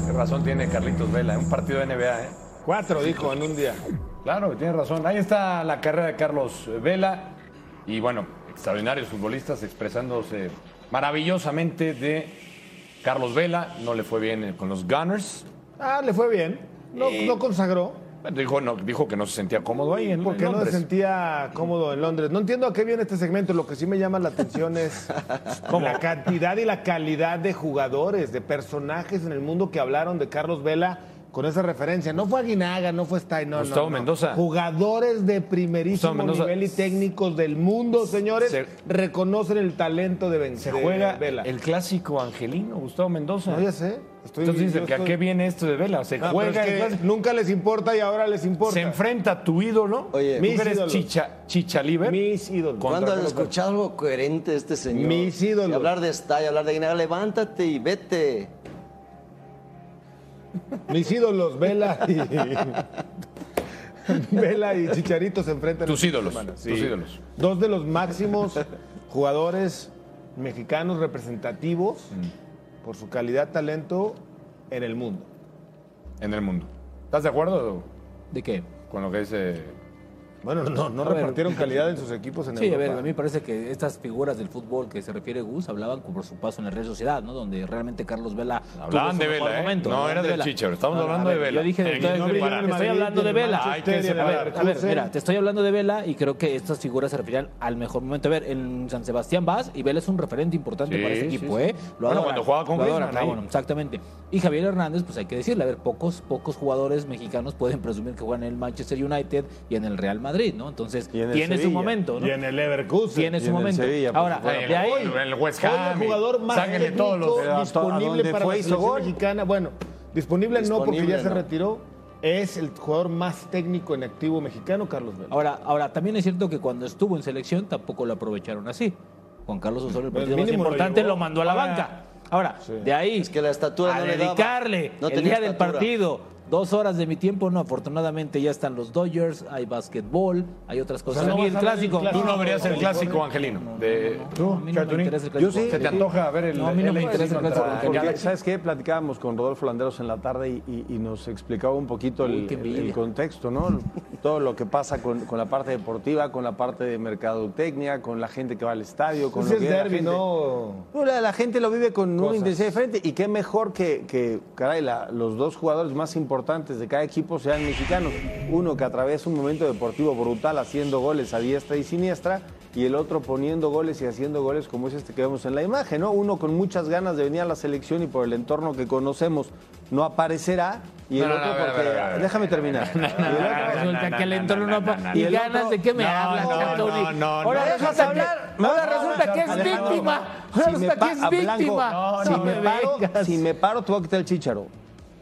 ¿Qué razón tiene Carlitos Vela? Un partido de NBA, ¿eh?
Cuatro, dijo, en un día.
Claro, que tiene razón. Ahí está la carrera de Carlos Vela. Y bueno, extraordinarios futbolistas expresándose maravillosamente de Carlos Vela. No le fue bien con los Gunners.
Ah, le fue bien. No, no consagró.
Dijo, no, dijo que no se sentía cómodo ahí Eh, en,
Porque
en
no se
Londres.
sentía cómodo en Londres. No entiendo a qué viene este segmento. Lo que sí me llama la atención es la cantidad y la calidad de jugadores, de personajes en el mundo que hablaron de Carlos Vela con esa referencia. No fue Aguinaga, no fue Stein, no, no,
Gustavo
no.
Mendoza.
Jugadores de primerísimo
Gustavo Mendoza.
nivel y técnicos del mundo, señores,
Se-
reconocen el talento de
Se
vencer.
juega el clásico angelino, Gustavo Mendoza.
No, ya sé. Estoy-
Entonces dice
yo
que a
estoy-
qué viene esto de Vela. Se
No, Ah, pero
juega
es
el
que
clásico.
Nunca les importa y ahora les importa.
Se enfrenta a tu ídolo.
Oye,
Tú
mis
que eres
ídolos.
chicha, chicha libre.
Mis ídolos.
¿Cuándo has escuchado algo coherente de este señor?
Mis ídolos.
Y hablar de Stay, hablar de Aguinaga, levántate y vete.
Mis ídolos, Vela y. Vela y Chicharito se enfrentan.
Tus
esta
ídolos,
semana.
tus ídolos.
Dos de los máximos jugadores mexicanos representativos
Mm.
por su calidad, talento en el mundo.
En el mundo. ¿Estás de acuerdo
¿De qué?
con lo que dice?
Bueno, no, no
A ver.
repartieron calidad en sus equipos en
Sí,
Europa.
a ver, a mí me parece que estas figuras del fútbol que se refiere Gus hablaban como por su paso en la red sociedad, ¿no? Donde realmente Carlos Vela. tuvo
Hablaban
su
de
mejor
Vela, ¿eh? No,
hablaban
era del
Vela.
Chicharo, estamos
a
hablando de
ver,
Vela.
Yo dije,
En
de
el
todo
no
esto,
brillan
para-
el
estoy
Madrid,
hablando
ni
de
el
Vela.
Manchester, ni el
A ver, a ver,
Leverkusen.
mira, te estoy hablando de Vela y creo que estas figuras se refieren al mejor momento. A ver, en San Sebastián vas y Vela es un referente importante
Sí,
para ese
sí,
equipo,
sí.
¿eh?
Bueno, cuando jugaba con
lo adoran,
Griezmann
ah,
ahí.
bueno, exactamente. Y Javier Hernández, pues hay que decirle, a ver, pocos, pocos jugadores mexicanos pueden presumir que juegan en el Manchester United y en el Real Madrid, ¿no? Entonces,
en el
tiene su
Sevilla.
momento, ¿no?
Y en el Leverkusen.
Tiene
Y
su
en el
momento.
Sevilla, por
Ahora,
supuesto.
de ahí.
Hoy,
el West
Hoy
Ham.
el jugador más
sáquenle
técnico
todos los- a- a
disponible
dónde
para
fue,
la
hizo
selección
gol.
mexicana. Bueno, disponible, no porque
Disponible,
ya se
no.
retiró. Es el jugador más técnico en activo mexicano, Carlos Vela.
Ahora, ahora, también es cierto que cuando estuvo en selección tampoco lo aprovecharon así. Juan Carlos Osorio, el
Pero
partido más
Pues mínimo lo
importante, Pues lo,
llevó.
mandó a la
Ahora-
banca. Ahora, de ahí
Es que la estatura
a
no le daba.
dedicarle
No
el
tenía
día del
estatura.
partido dos horas de mi tiempo, no, afortunadamente ya están los Dodgers, hay básquetbol, hay otras cosas.
no
a mí
vas
el
a ver el
clásico.
clásico.
Tú no verías el
No,
clásico angelino. De...
No, a mí no me
Chaturín?
interesa el
Yo
clásico.
sí. ¿Se te antoja ver el
No, a mí no me
LAFC
interesa el clásico
contra-
angelino.
Ya
Porque,
le-
¿Sabes qué? Platicábamos con Rodolfo Landeros en la tarde y, y- y nos explicaba un poquito
Uy,
el,
qué envidia.
el contexto, ¿no? Todo lo que pasa con, con la parte deportiva, con la parte de mercadotecnia, con la gente que va al estadio, con
Pues
lo
es
que ve la
derbi,
gente.
¿no?
No, La, la gente lo vive con una intensidad diferente y qué mejor que, que, caray, la- los dos jugadores más importantes de cada equipo sean mexicanos. Uno que atraviesa un momento deportivo brutal haciendo goles a diestra y siniestra y el otro poniendo goles y haciendo goles como es este que vemos en la imagen, ¿no? Uno con muchas ganas de venir a la selección y por el entorno que conocemos no aparecerá y el
No, no,
otro
no, a ver, a ver,
porque...
a ver.
Déjame terminar. Y el otro-
Resulta que el entorno no pa-
no,
¿Y
no,
ganas
no,
de qué me
no,
hablas,
no,
Chaturín?
no, no, no.
Ahora
¿Me
dejas
resulta que-
hablar?
Ahora
No,
resulta que es
Alejandro,
víctima. Ahora
si me
resulta
pa-
que es
a Blanco,
víctima.
si, me paro,
vengas.
si me paro, te voy a quitar el chicharo.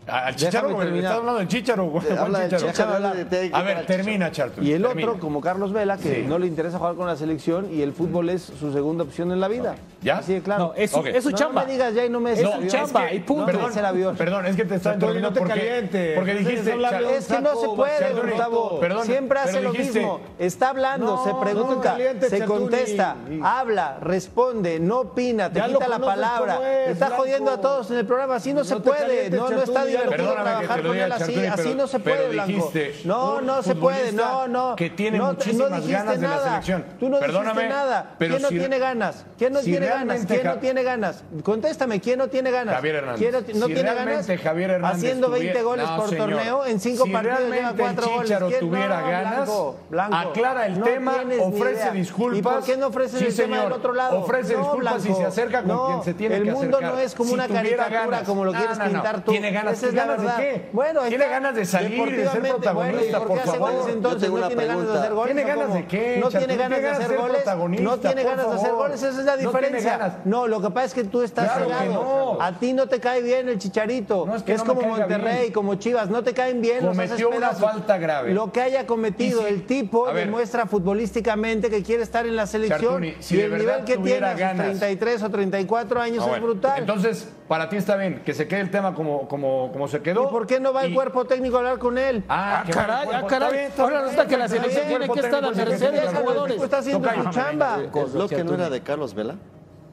Al Chicharo,
Déjame
güey,
terminar.
estás hablando del Chicharo. güey,
habla
Juan
del
Chicharo.
Chicharo, habla de técnica,
A ver,
del Chicharo.
termina, Chartun.
Y el otro, como Carlos Vela, que no le interesa jugar con la selección y el fútbol es su segunda opción en la vida.
¿Ya?
Así de Ah, claro.
No, es su-
Ok.
es su
No,
chamba.
No me digas ya y no me des
Es
el
su
avión.
chamba, y punto.
No me des el avión.
Perdón, es que te estaba
Antonio,
interrumpiendo
no te
porque-
calientes.
Porque
Entonces,
dijiste...
habla de
Char-
un
Es que no se
saco,
puede,
Chaturín.
Gustavo.
Perdón,
Siempre
pero
hace lo
dijiste-
mismo. Está hablando,
No,
se
no te
pregunta,
calientes,
se
Chaturín.
contesta, habla, responde, no opina, te
Ya lo
quita la
conoces
palabra.
cómo es,
está
Blanco.
jodiendo a todos en el programa. Así no, se
te
puede.
calientes,
No, no está
Chaturín.
divertido
Perdóname que te
trabajar
lo
con
diga,
él así.
Chartuni,
así
pero-
no se
pero
puede, Blanco.
dijiste,
No,
un
no se puede.
futbolista
No, no.
que tiene
no,
muchísimas
no dijiste
ganas de la
nada.
selección.
Tú no
Perdóname,
dijiste nada.
pero
¿Quién no
si-
tiene ganas? ¿Quién no
si
tiene ganas?
realmente
¿Quién no
Ja-
tiene ganas? Contéstame, ¿quién no tiene ganas?
Javier Hernández.
¿Quién no, no
Si
tiene ganas?
realmente Javier Hernández
Haciendo 20
tuviera-
goles
No,
por
señor.
torneo, en 5
Si
partidos lleva
realmente el
4 goles.
Chícharo
¿Quién?
tuviera ganas,
Blanco, Blanco,
aclara el
no
tema,
tienes ni
ofrece
idea. ¿Y por
disculpas.
qué no ofrece
Sí,
el tema
señor,
del otro lado?
ofrece
No,
disculpas y
Blanco,
se acerca con
no,
quien se tiene
el
que
mundo
acercar.
no es como
Si
una
tuviera
caricatura
ganas.
como lo
No,
quieres
no, no.
pintar tú.
¿Tiene ganas?
Esa es
¿Tiene
la
ganas de
verdad.
qué?
Bueno, ahí
¿Tiene
está.
ganas de salir, de ser
Deportivamente,
protagonista,
bueno, ¿y
por
qué hace
favor?
goles
Yo
entonces?
tengo
¿No
una
tiene ganas de
pregunta.
hacer goles?
¿Tiene
¿O
ganas
cómo?
de qué,
¿No
Chato?
tiene ganas de
¿Tiene ganas
hacer
de ser
goles?
protagonista,
No tiene
por
ganas de hacer
favor?
goles, esa es la
No tiene ganas.
diferencia. No, lo que pasa es que tú estás
Claro que
cegado. A ti no te cae bien el chicharito.
es que
es
no me
como
caiga bien.
Monterrey, como Chivas, no te caen bien. los haces
Cometió una
pedazos.
falta grave.
Lo que haya cometido el tipo
A ver.
demuestra futbolísticamente que quiere estar en la selección
Chartuni, si
y
de
el
verdad
nivel que tiene
tuviera
a sus
ganas.
33 o 34 años
Ah,
es
bueno.
brutal.
Entonces, para ti está bien que se quede el tema como, como, como se quedó.
¿Y por qué no va el cuerpo técnico a hablar con él?
Ah, que va el
caray,
cuerpo-
ah, caray.
Está bien, está
Ahora
bien,
resulta que la
está bien,
selección
el cuerpo
tiene que estar a
técnico se
merced
quede
de
con
los
el
jugadores.
técnico.
Está haciendo
Tocayo, eh,
su
déjame,
chamba.
venga,
¿Es lo que no era
Chartuni.
de Carlos Vela?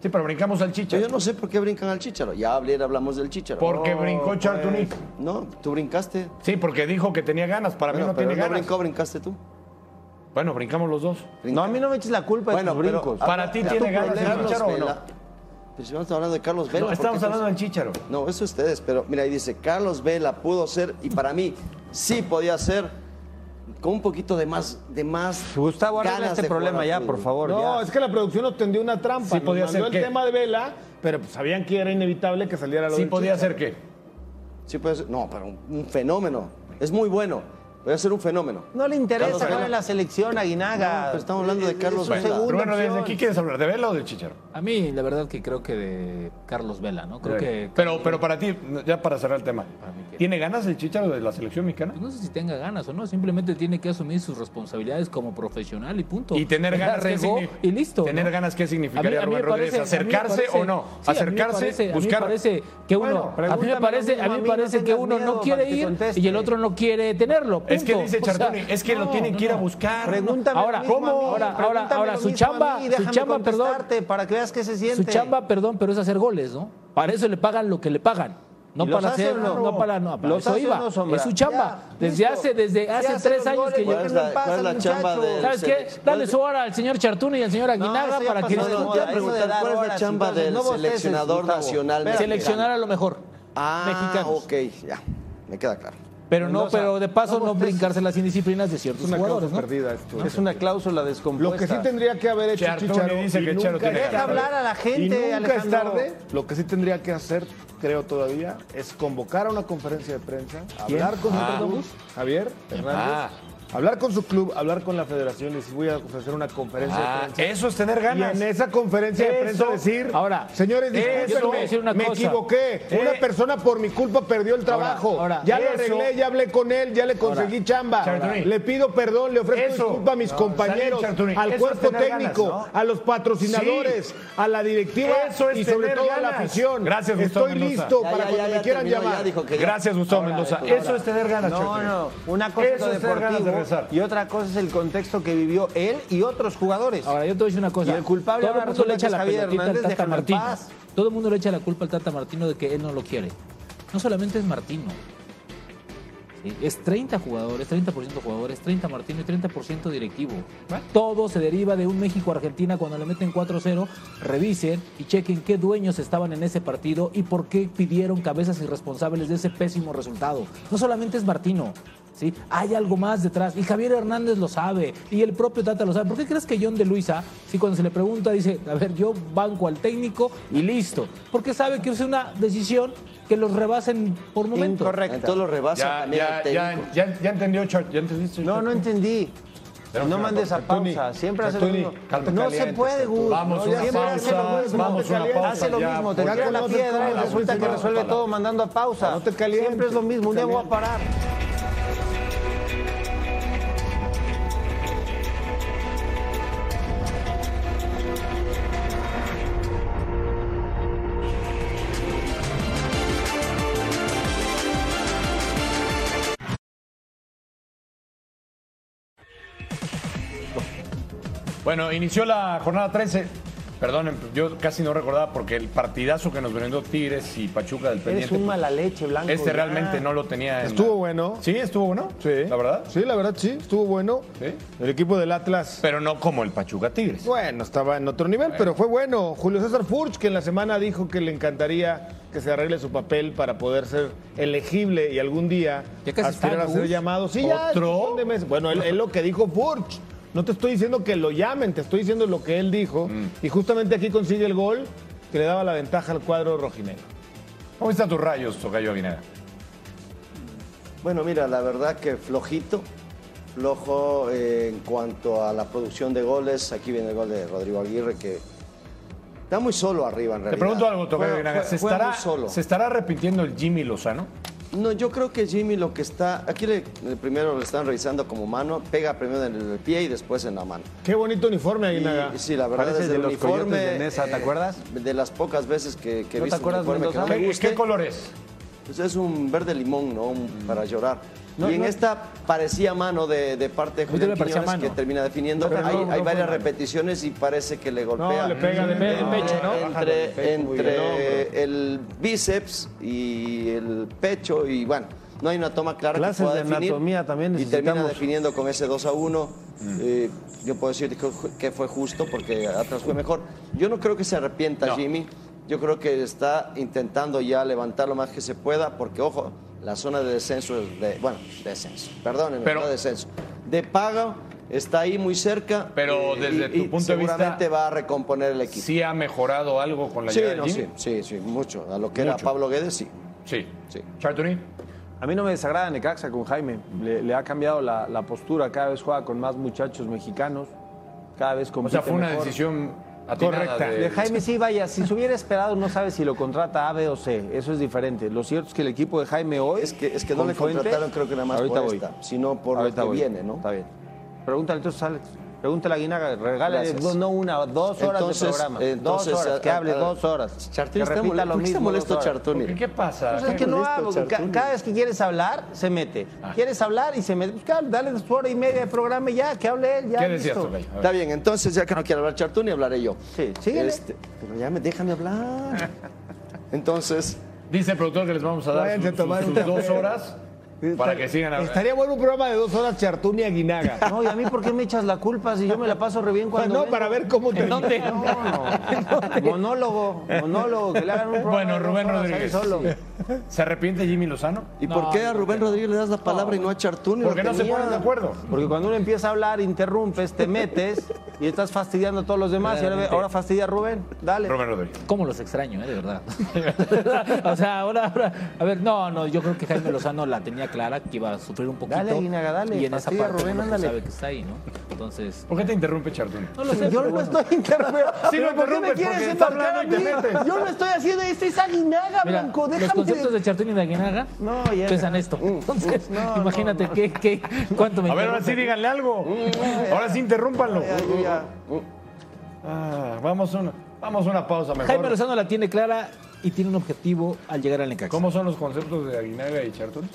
Sí, pero brincamos al Chicharo.
Yo no sé por qué brincan al Chicharo. Ya hablé, hablamos del Chicharo. pues,
Porque brincó Chartuni.
No, tú brincaste.
Sí, porque dijo que tenía ganas. Para mí
Bueno,
no
pero
tiene
él no
ganas.
brincó, brincaste tú.
Bueno, brincamos los dos.
No, a mí no me eches la culpa
Bueno,
de tus
pero-
brincos.
Pues, Para ti
Ya,
tiene
tu
ganas
problema,
el Chicharo o no.
Vela. Pero
Pues
si estamos hablando de Carlos Vela.
No,
¿por
estamos
qué
hablando del Chicharo.
No, eso ustedes, pero mira, ahí dice, Carlos Vela pudo ser, y para mí sí podía ser, con un poquito de más, de más
Gustavo,
arregla ganas este de problema jugar al ya, fútbol. por favor,
No,
ya.
es que la producción nos tendió una trampa.
Sí
Nos
podía
mandó
ser
el
que-
tema de Vela, pero pues sabían que era inevitable que saliera lo
Sí
del
podía
Chicharo.
ser que.
Sí puede ser, no, pero un, un fenómeno. Es muy bueno, puede ser un fenómeno.
No le
Carlos
interesa
Vela.
jugar en la selección, Aguinaga.
No, pero estamos hablando de
Es-
Carlos
es su
Vela.
segunda
Pero bueno, desde
opción.
aquí quieres hablar de Vela o del Chicharo.
A mí, la verdad que creo que de Carlos Vela, ¿no? Creo que
Pero, pero para ti, ya para cerrar el tema, ¿tiene ganas el Chicharo de la selección mexicana?
Pues no sé si tenga ganas o no, simplemente tiene que asumir sus responsabilidades como profesional y punto.
Y tener
La
ganas, ¿qué
regó
signi-
y listo.
tener
¿no?
ganas, ¿qué
A
significaría
mí- a mí me
Rubén Rodríguez?
parece- a mí me
¿Acercarse
parece-
o no?
sí, a mí me
¿Acercarse,
parece- a mí me
buscar?
parece que uno, a mí me
pregúntame
parece, a mí
lo
me
mismo, a mí no
parece que
tengas
uno no
miedo
quiere
para que
ir
conteste.
y el otro no quiere tenerlo.
Es que
punto.
dice
O sea,
Chartuni, es que lo tienen que ir a buscar.
Pregúntame
Ahora,
lo mismo
¿cómo?
a mí,
Ahora,
pregúntame
ahora, ahora,
lo
su
mismo a
chamba,
mí,
su
déjame
chamba, perdón.
contestarte Para que veas qué se
Su
siente.
chamba, perdón, pero es hacer goles, ¿no? Para eso le pagan lo que le pagan. No
¿Y los
para
hace
hacer,
o no?
no, para no, para
¿Los
eso
hace o
iba.
no, Sombra?
es su chamba.
Ya,
desde
listo.
hace, desde
Sí
hace
hace
tres
los
años
goles,
que yo.
¿por qué
es
no
la-
pasa,
cuál es la
muchacho?
chamba del
¿Sabes qué?
selec-
Dale
cuál-
su hora al señor Chartuni y al señor Aguinaga
eso ya
para que
pasó
No,
de
no,
moda,
te voy
eso
a
de
preguntar
dar
cuál es la
horas,
chamba
entonces,
del
no voces,
seleccionador
Gustavo.
nacional
Espérate.
mexicano.
seleccionar a lo mejor.
Ah,
mexicanos.
ok, ya, me queda claro.
Pero no,
Mendoza,
pero de paso
no
no
bosteces.
brincarse las indisciplinas de ciertos
Es una
jugadores,
causa
¿no?
perdida. esto.
Es una cláusula descompuesta.
Lo que sí tendría que haber hecho
Chartuni
Chicharo.
dice
y
que
nunca
Charo tiene
es
ganas.
Deja hablar a la gente,
Y nunca es
Alejandro.
tarde. Lo que sí tendría que hacer, creo todavía, es convocar a una conferencia de prensa,
¿Quién?
hablar con su
Ah.
club, Javier Hernández,
Ah.
hablar con su club, hablar con la federación y decir, voy a ofrecer una conferencia de
Ah,
prensa.
eso es tener ganas.
Y en esa conferencia de prensa
Eso-
decir,
ahora,
señores,
eso-
discúlpenme,
yo te voy a decir una
me
cosa.
equivoqué.
Eh,
una persona por mi culpa perdió el trabajo.
ahora,
ya
eso-
lo arreglé, ya hablé con él, ya le conseguí chamba.
Chartuni.
le pido perdón, le ofrezco
Eso.
disculpa a mis
No,
compañeros,
salir, Chartuni. Eso
al
es
cuerpo
tener ganas,
técnico,
¿no?
a los patrocinadores,
Sí.
a la directiva
Eso es
y sobre
tener
todo a la
ganas.
afición.
Gracias, Gustavo
Estoy
Mendoza.
listo
Ya,
para
ya,
cuando
ya,
me
ya
quieran
terminó,
llamar.
ya dijo que ya.
Gracias, Gustavo Mendoza. Eso es tener ganas,
No,
Chartuni.
no. Una cosa
Eso
es
es tener
lo
ganas de
deportivo
regresar.
y otra cosa es el contexto que vivió él y otros jugadores.
Ahora, yo te voy a decir una cosa.
Y el culpable
Todo
ahora
el mundo le
resulta
echa
que
la
es Javier
pelotita al
Hernández,
Tata
déjalo en
Martino.
paz.
Todo el mundo le echa la culpa al Tata Martino de que él no lo quiere. No solamente es Martino. ¿sí? Es 30 jugadores, 30% jugadores, 30 Martino y 30% directivo. Todo se deriva de un México-Argentina cuando le meten 4-0. Revisen y chequen qué dueños estaban en ese partido y por qué pidieron cabezas irresponsables de ese pésimo resultado. No solamente es Martino. ¿Sí? Hay algo más detrás. Y Javier Hernández lo sabe. Y el propio Tata lo sabe. ¿Por qué crees que John de Luisa, si cuando se le pregunta, dice, a ver, yo banco al técnico y listo? Porque sabe que es una decisión que los rebasen por momentos.
Incorrecto.
Entonces lo rebasa
Ya,
también al
ya,
técnico.
ya, ya, ya entendió, Char- ya entendiste,
No, no
Chartuni?
entendí.
Tenemos
No
que
mandes a
acabar. Chartuni,
pausa, siempre hace lo
Chartuni,
mismo.
calma,
No
caliente,
se puede,
Chartuni.
Gus.
Vamos
No,
una
siempre
pausa,
hace lo mismo.
vamos una pausa,
Hace lo
ya,
mismo, te
por
tiran la
favor.
piedra y
Palabra,
resulta que
última
resuelve
palabra.
todo mandando a pausa.
No te calientes,
Siempre es lo mismo, un día voy a parar.
Bueno, inició la jornada 13. Perdonen, yo casi no recordaba porque el partidazo que nos brindó Tigres y Pachuca del
Eres
pendiente.
un mala leche, Blanco.
este
ya.
realmente no lo tenía. en la-
Estuvo bueno.
Sí, estuvo bueno.
Sí.
¿La verdad?
Sí, la verdad, sí, estuvo bueno. El equipo del Atlas.
Pero no como el Pachuca Tigres.
Bueno, estaba en otro nivel, pero fue bueno. Julio César Furch, que en la semana dijo que le encantaría que se arregle su papel para poder ser elegible y algún día
Ya casi está,
aspirar a ser
Gus.
llamado. Sí, ya,
¿Otro?
son de meses. Bueno, él- él lo que dijo Furch. No te estoy diciendo que lo llamen, te estoy diciendo lo que él dijo.
Mm.
Y justamente aquí consigue el gol que le daba la ventaja al cuadro rojinegro.
¿Cómo están tus rayos, Tocayo Aguinaga?
Bueno, mira, la verdad que flojito, flojo eh, en cuanto a la producción de goles. Aquí viene el gol de Rodrigo Aguirre que está muy solo arriba en
Te
realidad.
pregunto algo, Tocayo
Juega-
Aguinaga. ¿Se
juega- juega
estará,
muy solo.
¿Se estará arrepintiendo el Jimmy Lozano?
No, yo creo que Jimmy lo que está. Aquí le, le- primero lo están revisando como mano, pega primero en el pie y después en la mano.
Qué bonito uniforme, Aguinaga.
Y, sí, la verdad
Parece
es
de
el
los
uniforme.
Coyotes de Nesa, ¿te
eh,
acuerdas?
de las pocas veces que, que he
¿No te
visto
acuerdas,
un uniforme que no
Mendoza?
me
¿Qué-
guste.
qué color es?
Pues es un verde limón, ¿no? Un- Para llorar.
Mm. No,
y en
no.
esta parecía mano de, de parte de
Justo
Julián
le parecía
Quiñones que
mano.
termina definiendo.
No, pero
hay
no, no
hay
fue
varias
mano.
repeticiones y parece que le golpea.
le pega de-
Entre-
de pecho, ¿no?
Entre,
Bájalo, pecho, muy
entre
bien,
el bíceps y el pecho y bueno, no hay una toma clara
Clases
que pueda
de
definir.
anatomía también
y termina
necesitamos.
definiendo con ese 2 a 1. Eh, yo puedo decir que, que fue justo porque atrás fue mejor. Yo no creo que se arrepienta Jimmy. Yo creo que está intentando ya levantar lo más que se pueda porque, ojo, la zona de descenso es de... Bueno, descenso. Perdónenme,
Pero-
no descenso. De pago está ahí muy cerca.
Pero
eh,
desde
y-
tu
y
punto de vista-
Seguramente va a recomponer el equipo.
¿Sí ha mejorado algo con la
Sí,
llegada
no,
de
sí,
Jimmy?
sí, sí, mucho. A lo que era
Mucho.
Pablo Guedes, sí.
Sí.
sí.
A mí no me desagrada Necaxa con Jaime. Le, le ha cambiado la, la postura. Cada vez juega con más muchachos mexicanos. Cada vez
O
compite
sea, fue una
mejor.
decisión atinada
Correcta.
de-
De Jaime sí, vaya, si se hubiera esperado no sabe si lo contrata A, B o C. Eso es diferente. Lo cierto es que el equipo de Jaime hoy... Es
que, no le contrataron, creo que nada más por esta, sino por lo que viene, ¿no?
Está bien. Pregúntale entonces, Alex. Pregúntale a Guinaga, regálale
Gracias.
dos- no una, dos horas de
Entonces,
programa.
entonces,
dos horas, que
a-
hable
a-
dos horas.
Chartuni
que
está
repita
mole-
lo
¿por qué está
mismo dos
molesto
horas.
Chartuni? ¿Por qué?
¿Qué pasa?
Pues es que no
Listo,
hago. ca-
Chartuni.
cada vez que quieres hablar, se mete.
Ah,
Quieres hablar y se mete. Pues claro, dale su hora y media de programa y ya, que hable él, ya. listo.
Está bien, entonces ya que no quiero hablar Chartuni, hablaré yo. Sí,
síguele.
pero ya me, déjame hablar. Entonces,
Dice el productor que les vamos a dar
Váyanse a
sus-
tomar
sus
un café.
dos horas para que sigan hablando.
Estaría bueno un programa de dos horas, Chartuni Aguinaga.
No, ¿y a mí por qué me echas la culpa si yo me la paso re bien cuando.
no,
vengo?
para ver cómo te.
No, no. Monólogo, monólogo, que le hagan un programa.
Bueno,
de
Rubén
dos horas ahí
Rodríguez.
Solo.
¿Se arrepiente Jimmy Lozano?
¿y por qué a Rubén Rodríguez le das la palabra y no a Chartuni?
Porque
Lo
no se
tenía.
ponen de acuerdo.
Porque cuando uno empieza a hablar, interrumpes, te metes y estás fastidiando a todos los demás. Y ahora, ve- ahora fastidia a Rubén. Dale.
Rubén Rodríguez.
¿Cómo los extraño, eh? De verdad. o sea, ahora, ahora. A ver, no, no, yo creo que Jaime Lozano la tenía clara que iba a sufrir un poquito.
Dale, Guinaga, dale,
Y en esa
fastidia a
parte
Rubén,
uno
ándale.
sabe que está ahí, ¿no? Entonces.
¿Por qué te interrumpe Chartuni?
No lo sé,
Yo
pero
no
bueno.
estoy interrumpiendo.
Sí lo
Ah, ¿Pero por qué me
interrumpes,
quieres
porque está
embarcar a
hablando y te
mí?
metes.
Yo no estoy haciendo esto, es aguinaga,
Mira,
Blanco.
los
Déjame.
conceptos de Chartuni y de Aguinaga
No, ya.
pesan esto. Entonces,
mm, no, no, Mm,
imagínate qué, qué, cuánto me
A ver, ahora sí
interrumpen.
díganle algo. Ahora sí interrúmpanlo. Ah, vamos a una, vamos a una pausa
Jaime
mejor.
Lozano la tiene clara y tiene un objetivo al llegar al Necaxa.
¿Cómo son los conceptos de Aguinaga y Chartuni?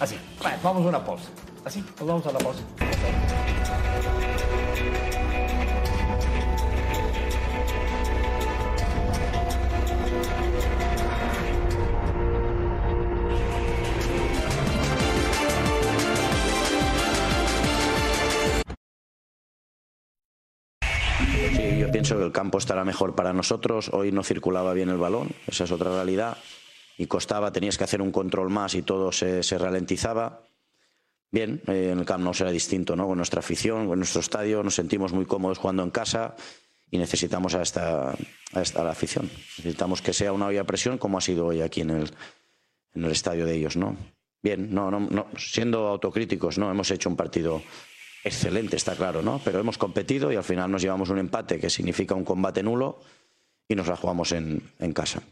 Así. Bueno, vamos a una pausa. Así, nos vamos a la pausa.
Sí, yo pienso que el campo estará mejor para nosotros. Hoy no circulaba bien el balón, esa es otra realidad. Y costaba, tenías que hacer un control más y todo se, se ralentizaba. Bien, eh, en el campo no será distinto, ¿no? Con nuestra afición, con nuestro estadio, nos sentimos muy cómodos jugando en casa y necesitamos a esta, a esta- a la afición. Necesitamos que sea una olla a presión como ha sido hoy aquí en el, en el estadio de ellos, ¿no? Bien, no, no, no, siendo autocríticos, no, hemos hecho un partido excelente, está claro, ¿no? Pero hemos competido y al final nos llevamos un empate que significa un combate nulo y nos la jugamos en, en casa.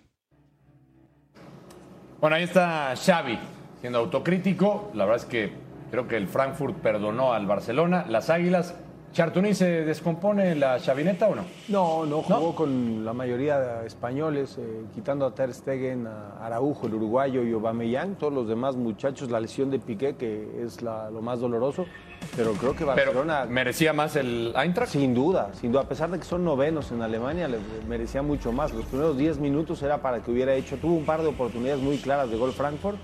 Bueno, ahí está Xavi siendo autocrítico. La verdad es que creo que el Frankfurt perdonó al Barcelona. Las Águilas ¿Chartuní se descompone la chavineta o no?
No, no jugó con la mayoría de españoles, eh, quitando a Ter Stegen, a Araujo, el uruguayo y Aubameyang, todos los demás muchachos, la lesión de Piqué que es la- lo más doloroso, pero creo que Barcelona
merecía más el Eintracht.
Sin duda, sin duda, a pesar de que son novenos en Alemania, le merecía mucho más. Los primeros 10 minutos era para que hubiera hecho, tuvo un par de oportunidades muy claras de gol Frankfurt.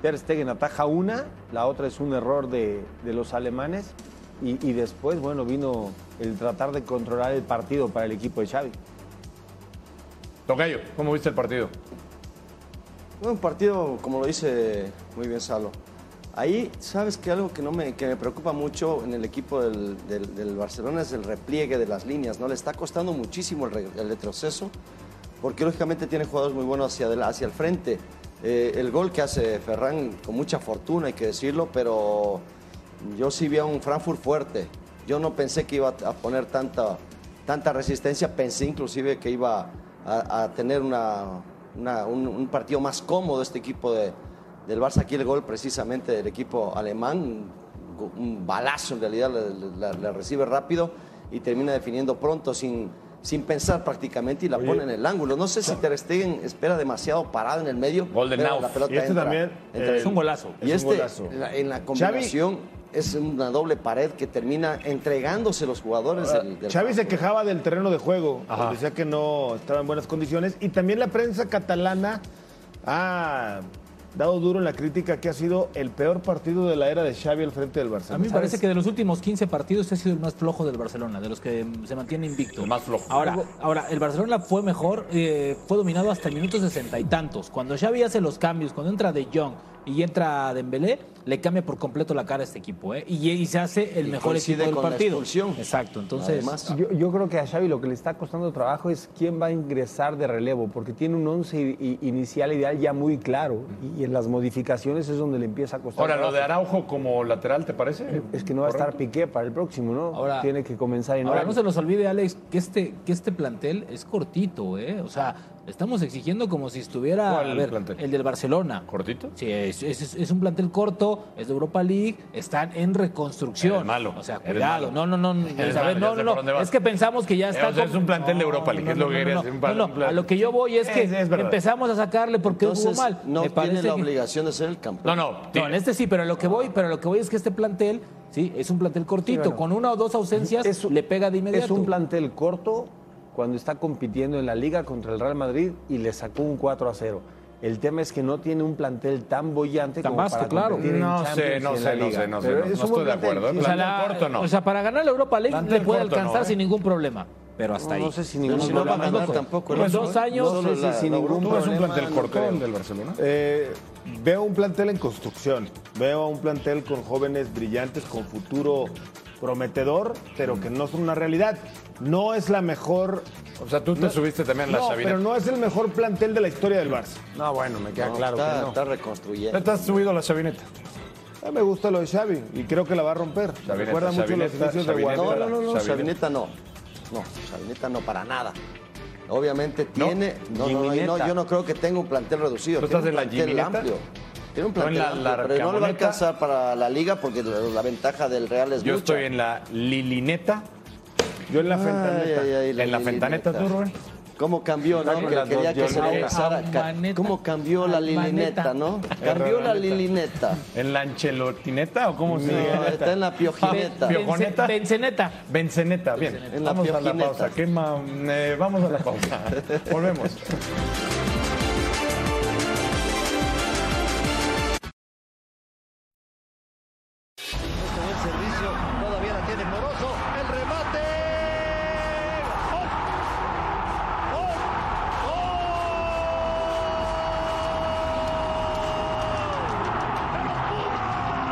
Ter Stegen ataja una, la otra es un error de, de los alemanes. Y, y después, bueno, vino el tratar de controlar el partido para el equipo de Xavi.
Tocayo, ¿cómo viste el partido?
Bueno, un partido, como lo dice muy bien Salo. Ahí, sabes que algo que, no me, que me preocupa mucho en el equipo del, del- del Barcelona es el repliegue de las líneas, ¿no? Le está costando muchísimo el, re- el retroceso, porque lógicamente tiene jugadores muy buenos hacia, adela- hacia el frente. Eh, el gol que hace Ferran, con mucha fortuna, hay que decirlo, pero yo sí vi a un Frankfurt fuerte. Yo no pensé que iba a poner tanta, tanta resistencia, pensé inclusive que iba a, a tener una, una- un, un partido más cómodo este equipo de, del Barça. Aquí el gol precisamente del equipo alemán, un go- un balazo en realidad, la, la- la recibe rápido y termina definiendo pronto sin, sin pensar prácticamente y la pone en el ángulo. No sé si Ter Stegen espera demasiado parado en el medio. pero la pelota
Y este
entra.
también.
Entra.
eh,
Y
es
este,
un golazo.
la- en la
Xavi-
combinación, es una doble pared que termina entregándose los jugadores del, del
Xavi se
campo.
quejaba del terreno de juego,
Ajá.
decía que no estaba en buenas condiciones y también la prensa catalana ha dado duro en la crítica que ha sido el peor partido de la era de Xavi al frente del Barcelona.
A mí me
¿Sabes?
parece que de los últimos 15 partidos este ha sido el más flojo del Barcelona, de los que mm, se mantiene invicto. más flojo. Ahora, ahora el Barcelona fue mejor, eh, fue dominado hasta el minuto sesenta y tantos. Cuando Xavi hace los cambios, cuando entra De Jong y entra Dembélé, le cambia por completo la cara a este equipo, ¿eh? Y, y se hace el
Y
mejor
coincide
equipo del
con la
partido.
expulsión.
Exacto, entonces
yo, yo creo que a Xavi lo que le está costando trabajo es quién va a ingresar de relevo, porque tiene un once i- i- inicial ideal ya muy claro, y, y en las modificaciones es donde le empieza a costar.
Ahora, lo
trabajo.
de Araujo como lateral, ¿te parece?
Es que no va a estar Piqué para el próximo, ¿no?
Ahora-
Tiene que comenzar en
Ahora, no se nos olvide, Alex, que este, que este plantel es cortito, ¿eh? O sea, estamos exigiendo como si estuviera
¿Cuál
a ver,
plantel?
el del Barcelona.
¿Cortito?
Sí, es, es- es un plantel corto, es de Europa League, están en reconstrucción.
Eres malo,
O sea,
eres
cuidado.
malo.
No, no, no. no,
Eres
a ver,
malo, ya sé
no, no,
por
no,
dónde vas.
Es que pensamos que ya
Eh,
está.
o sea, es
como-
un plantel de Europa League, es lo que querías
no,
decir, un
no,
plan-
no,
un plan-
A lo que yo voy es que
Es- es verdad.
empezamos a sacarle porque
Entonces,
hubo mal.
no tiene
Me parece
la
que-
obligación de ser el campeón.
No, no.
no, en este sí, pero lo que voy, pero lo que voy es que este plantel, sí, es un plantel cortito,
Sí, bueno.
con una o dos ausencias
Es-
le pega de inmediato.
Es un plantel corto cuando está compitiendo en la liga contra el Real Madrid y le sacó un 4 a 0. El tema es que no tiene un plantel tan bollante
Tan
como
vasto,
para
claro.
competir en
No
Champions
sé,
y
no
en la
sé, no
Liga.
sé, no sé.
Pero
No
es
no
un
estoy de
plantel,
acuerdo.
sí,
El
sí.
plantel corto no.
O sea, para ganar la Europa League
Plantel
le puede
corto,
alcanzar
no, ¿eh?
sin ningún problema. Pero hasta ahí.
No sé si ningún
Pero
problema.
va a ganar tampoco.
Pues
En dos años.
No sé si sin ningún
¿Tú ves
problema. no creo.
del Barcelona? Eh, veo un plantel en construcción. Veo a un plantel con jóvenes brillantes, con futuro prometedor, pero que no son una realidad. No es la mejor.
O sea, tú te subiste también a la
no,
Xavineta.
pero no es el mejor plantel de la historia del Barça.
No, bueno, me queda
No,
claro
está-
que no.
está
reconstruyendo.
¿Te has subido a la chavineta? Eh, me gusta lo de Xavi y creo que la va a romper.
Xavineta,
Recuerda mucho
Xavineta,
los inicios de
Xavineta,
Guardiola.
No, no, no, no, Xavineta no. No, Xavineta no, para nada. Obviamente tiene. No, no, no, y no,
Gimineta.
yo no creo que tenga un plantel reducido.
¿Tú
tiene
estás en
un
la
plantel
Gimineta?
amplio. Tiene un
¿Tú en
plantel
la-
amplio, pero no
la
le va a
Arcamoneta?
alcanzar para la liga porque la, la ventaja del Real es
Yo
mucha.
estoy en la Lilineta. Yo en la
Ay,
Fentaneta.
ay, ay, la
en la
Lilineta.
Fentaneta, tú, Rubén.
¿Cómo cambió, no?
Está con
Que
las
quería
dos,
que se
yo no.
regresara. Ca- ¿Cómo cambió la lilineta, no? Cambió la lilineta.
¿En la Ancelotineta o cómo se
No,
diga?
está en la piojineta.
Ah, ¿Piojoneta?
Benzeneta.
Benzeneta, bien.
En la
Vamos a la
piojineta.
pausa. ¿Qué ma- eh, vamos a la pausa. Volvemos.
Buen servicio, todavía la tiene Moroso. El remate. ¡Gol! ¡Gol!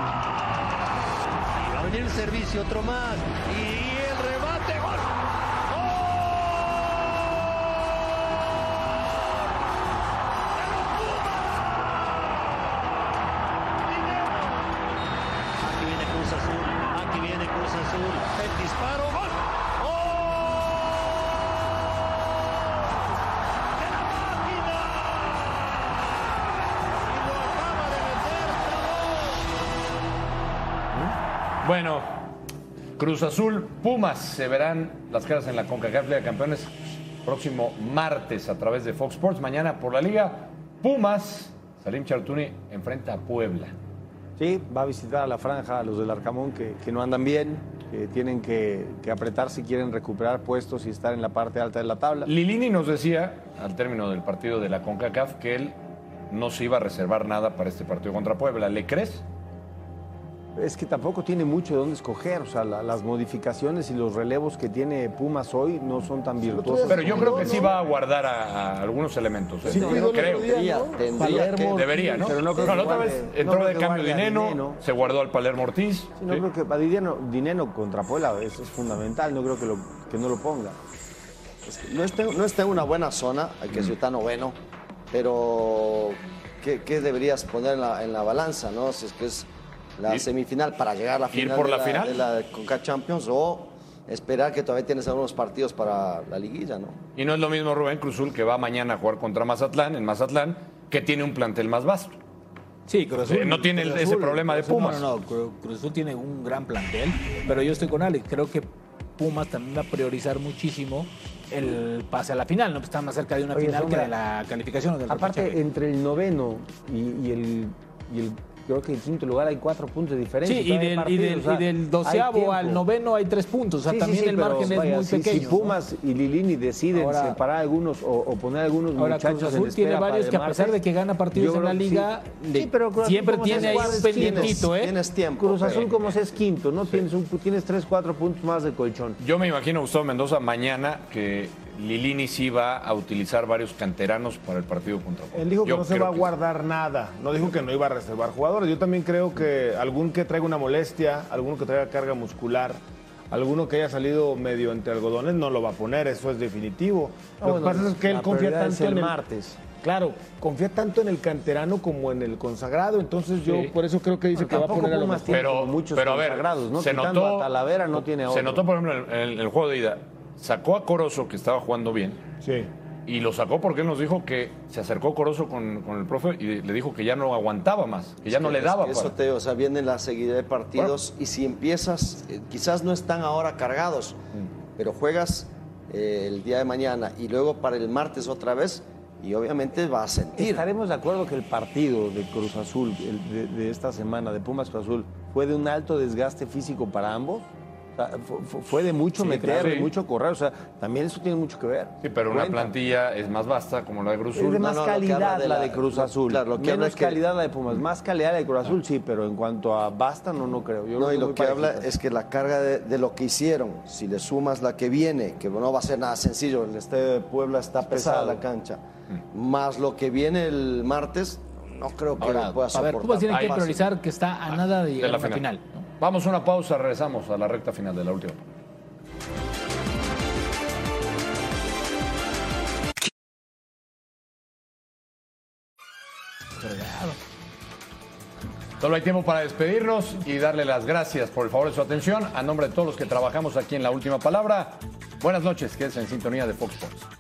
¡Gol! Y Va a venir el servicio, otro más. Y el remate. ¡Gol! Aquí viene Cruz Azul, aquí viene Cruz Azul, el disparo, gol.
Bueno, Cruz Azul, Pumas, se verán las caras en la CONCACAF Liga de Campeones próximo martes a través de Fox Sports. Mañana por la Liga, Pumas, Salim Chartuni enfrenta a Puebla.
Sí, va a visitar a la franja a los del Arcamón que, que no andan bien, que tienen que, que apretar si quieren recuperar puestos y estar en la parte alta de la tabla.
Lilini nos decía al término del partido de la CONCACAF que él no se iba a reservar nada para este partido contra Puebla. ¿Le crees?
Es que tampoco tiene mucho de dónde escoger, o sea, la- las modificaciones y los relevos que tiene Pumas hoy no son tan virtuosos.
Pero yo creo que sí va a guardar a, a algunos elementos. ¿eh?
Sí,
creo.
cuidó el otro día, ¿no? Palermo,
que- debería, ¿no?
pero no creo
No, la
que
otra vez
guarde-
entró
no creo
de
que
cambio
guarde a
Dineno,
Dineno.
se guardó al Palermo Ortiz.
Sí, no creo que a Dineno, Dineno contra Puebla es, es fundamental, no creo que, lo, que no lo ponga.
Es que no, está, no está en una buena zona, hay que decir, está noveno, pero ¿qué, qué deberías poner en la, en la balanza, no? Si es que es la semifinal para llegar a la
ir
final,
por
de
la final.
de la Conca Champions o esperar que todavía tienes algunos partidos para la liguilla, ¿no?
Y no es lo mismo Rubén Cruzul que va mañana a jugar contra Mazatlán, en Mazatlán, que tiene un plantel más vasto. Eh,
Sí, Cruz Azul-
no tiene el-
Cruz
ese
Azul-
problema de
Cruz Azul-
Pumas.
No, no, Cru- Cruz Azul tiene un gran plantel, pero yo estoy con Alex. Creo que Pumas también va a priorizar muchísimo el pase a la final, ¿no? Pues Está más cerca de una
Oye,
final que
Sombra,
de la calificación o del
Aparte,
repechaje.
entre el noveno y, y el, y el- creo que el quinto lugar hay cuatro puntos de diferencia.
Sí, y
todavía hay
del, y del-
partidos, o sea,
y del
hay
doceavo
tiempo.
al noveno hay tres puntos. O sea,
Sí, sí,
también
sí,
el
pero
margen es
vaya,
muy
si-
pequeño.
Si
¿no?
Pumas y Lilini deciden
Ahora-
separar algunos o, o poner algunos
Ahora
muchachos
Cruz
en
Azul
espera
tiene
para
varios
el
que a pesar
martes,
de que gana partidos
yo
en la
creo que
liga,
sí.
le-
Sí, pero Cruz Azul
siempre
como
tiene
seas
ahí
cuarto
un
es
pendientito,
quinto.
¿eh?
Cruz Azul como seas quinto, ¿no? Tienes, un, tienes tres, cuatro puntos más de colchón.
Yo me imagino, Gustavo Mendoza, mañana que Lilini sí va a utilizar varios canteranos para el partido contra Puebla.
Él dijo que
Yo
no se
creo
va a
que-
guardar nada. No dijo que no iba a reservar jugadores. Yo también creo que algún que traiga una molestia, alguno que traiga carga muscular, alguno que haya salido medio entre algodones, no lo va a poner. Eso es definitivo.
Ah,
lo
bueno,
que pasa es que él
la
confía
prioridad es
tanto en
el
el
martes.
Claro, confía tanto en el canterano como en el consagrado. Entonces yo
Sí.
por eso creo que dice
Bueno,
que va a
tampoco
poner a los
Pumas tiene
mejores.
como muchos
pero a ver,
consagrados, ¿no?
se
Quitando
notó-
a Talavera no tiene a
Se
otro.
notó, por ejemplo, en el, en el juego de ida. Sacó a Corozo, que estaba jugando bien.
Sí.
Y lo sacó porque él nos dijo que se acercó Corozo con, con el profe y le dijo que ya no aguantaba más, que ya
Es
no le
es
daba
que
para.
Eso te, o sea, viene la seguida de partidos y si empiezas, eh, quizás no están ahora cargados, pero juegas eh, el día de mañana y luego para el martes otra vez y obviamente vas a sentir.
Estaremos de acuerdo que el partido de Cruz Azul el de, de esta semana, de Pumas Cruz Azul, fue de un alto desgaste físico para ambos. O sea, fu- fu- fue de mucho
Sí,
meter,
claro.
de
Sí.
mucho correr. O sea, también eso tiene mucho que ver.
Sí, pero una plantilla es más vasta, como la de Cruz
Es de más calidad la, de Cruz Azul.
claro, lo que habla
Menos
es que-
calidad la de Pumas. Más calidad la de Cruz Azul, sí, pero en cuanto a basta, no, no creo. Yo
No,
creo
y
muy
lo que habla
parejitas.
es que la carga de, de lo que hicieron, si le sumas la que viene, que no va a ser nada sencillo, el este de Puebla está pesada
pesado.
la cancha, más lo que viene el martes, no creo que
Ahora,
lo pueda
a
soportar.
ver, Pumas tiene que
fácil.
priorizar que está a nada de
de
llegar
la
a una
final.
final.
Vamos a una pausa, regresamos a la recta final de la última. Solo hay tiempo para despedirnos y darle las gracias por el favor de su atención. A nombre de todos los que trabajamos aquí en La Última Palabra, buenas noches, quédense en sintonía de Fox Sports.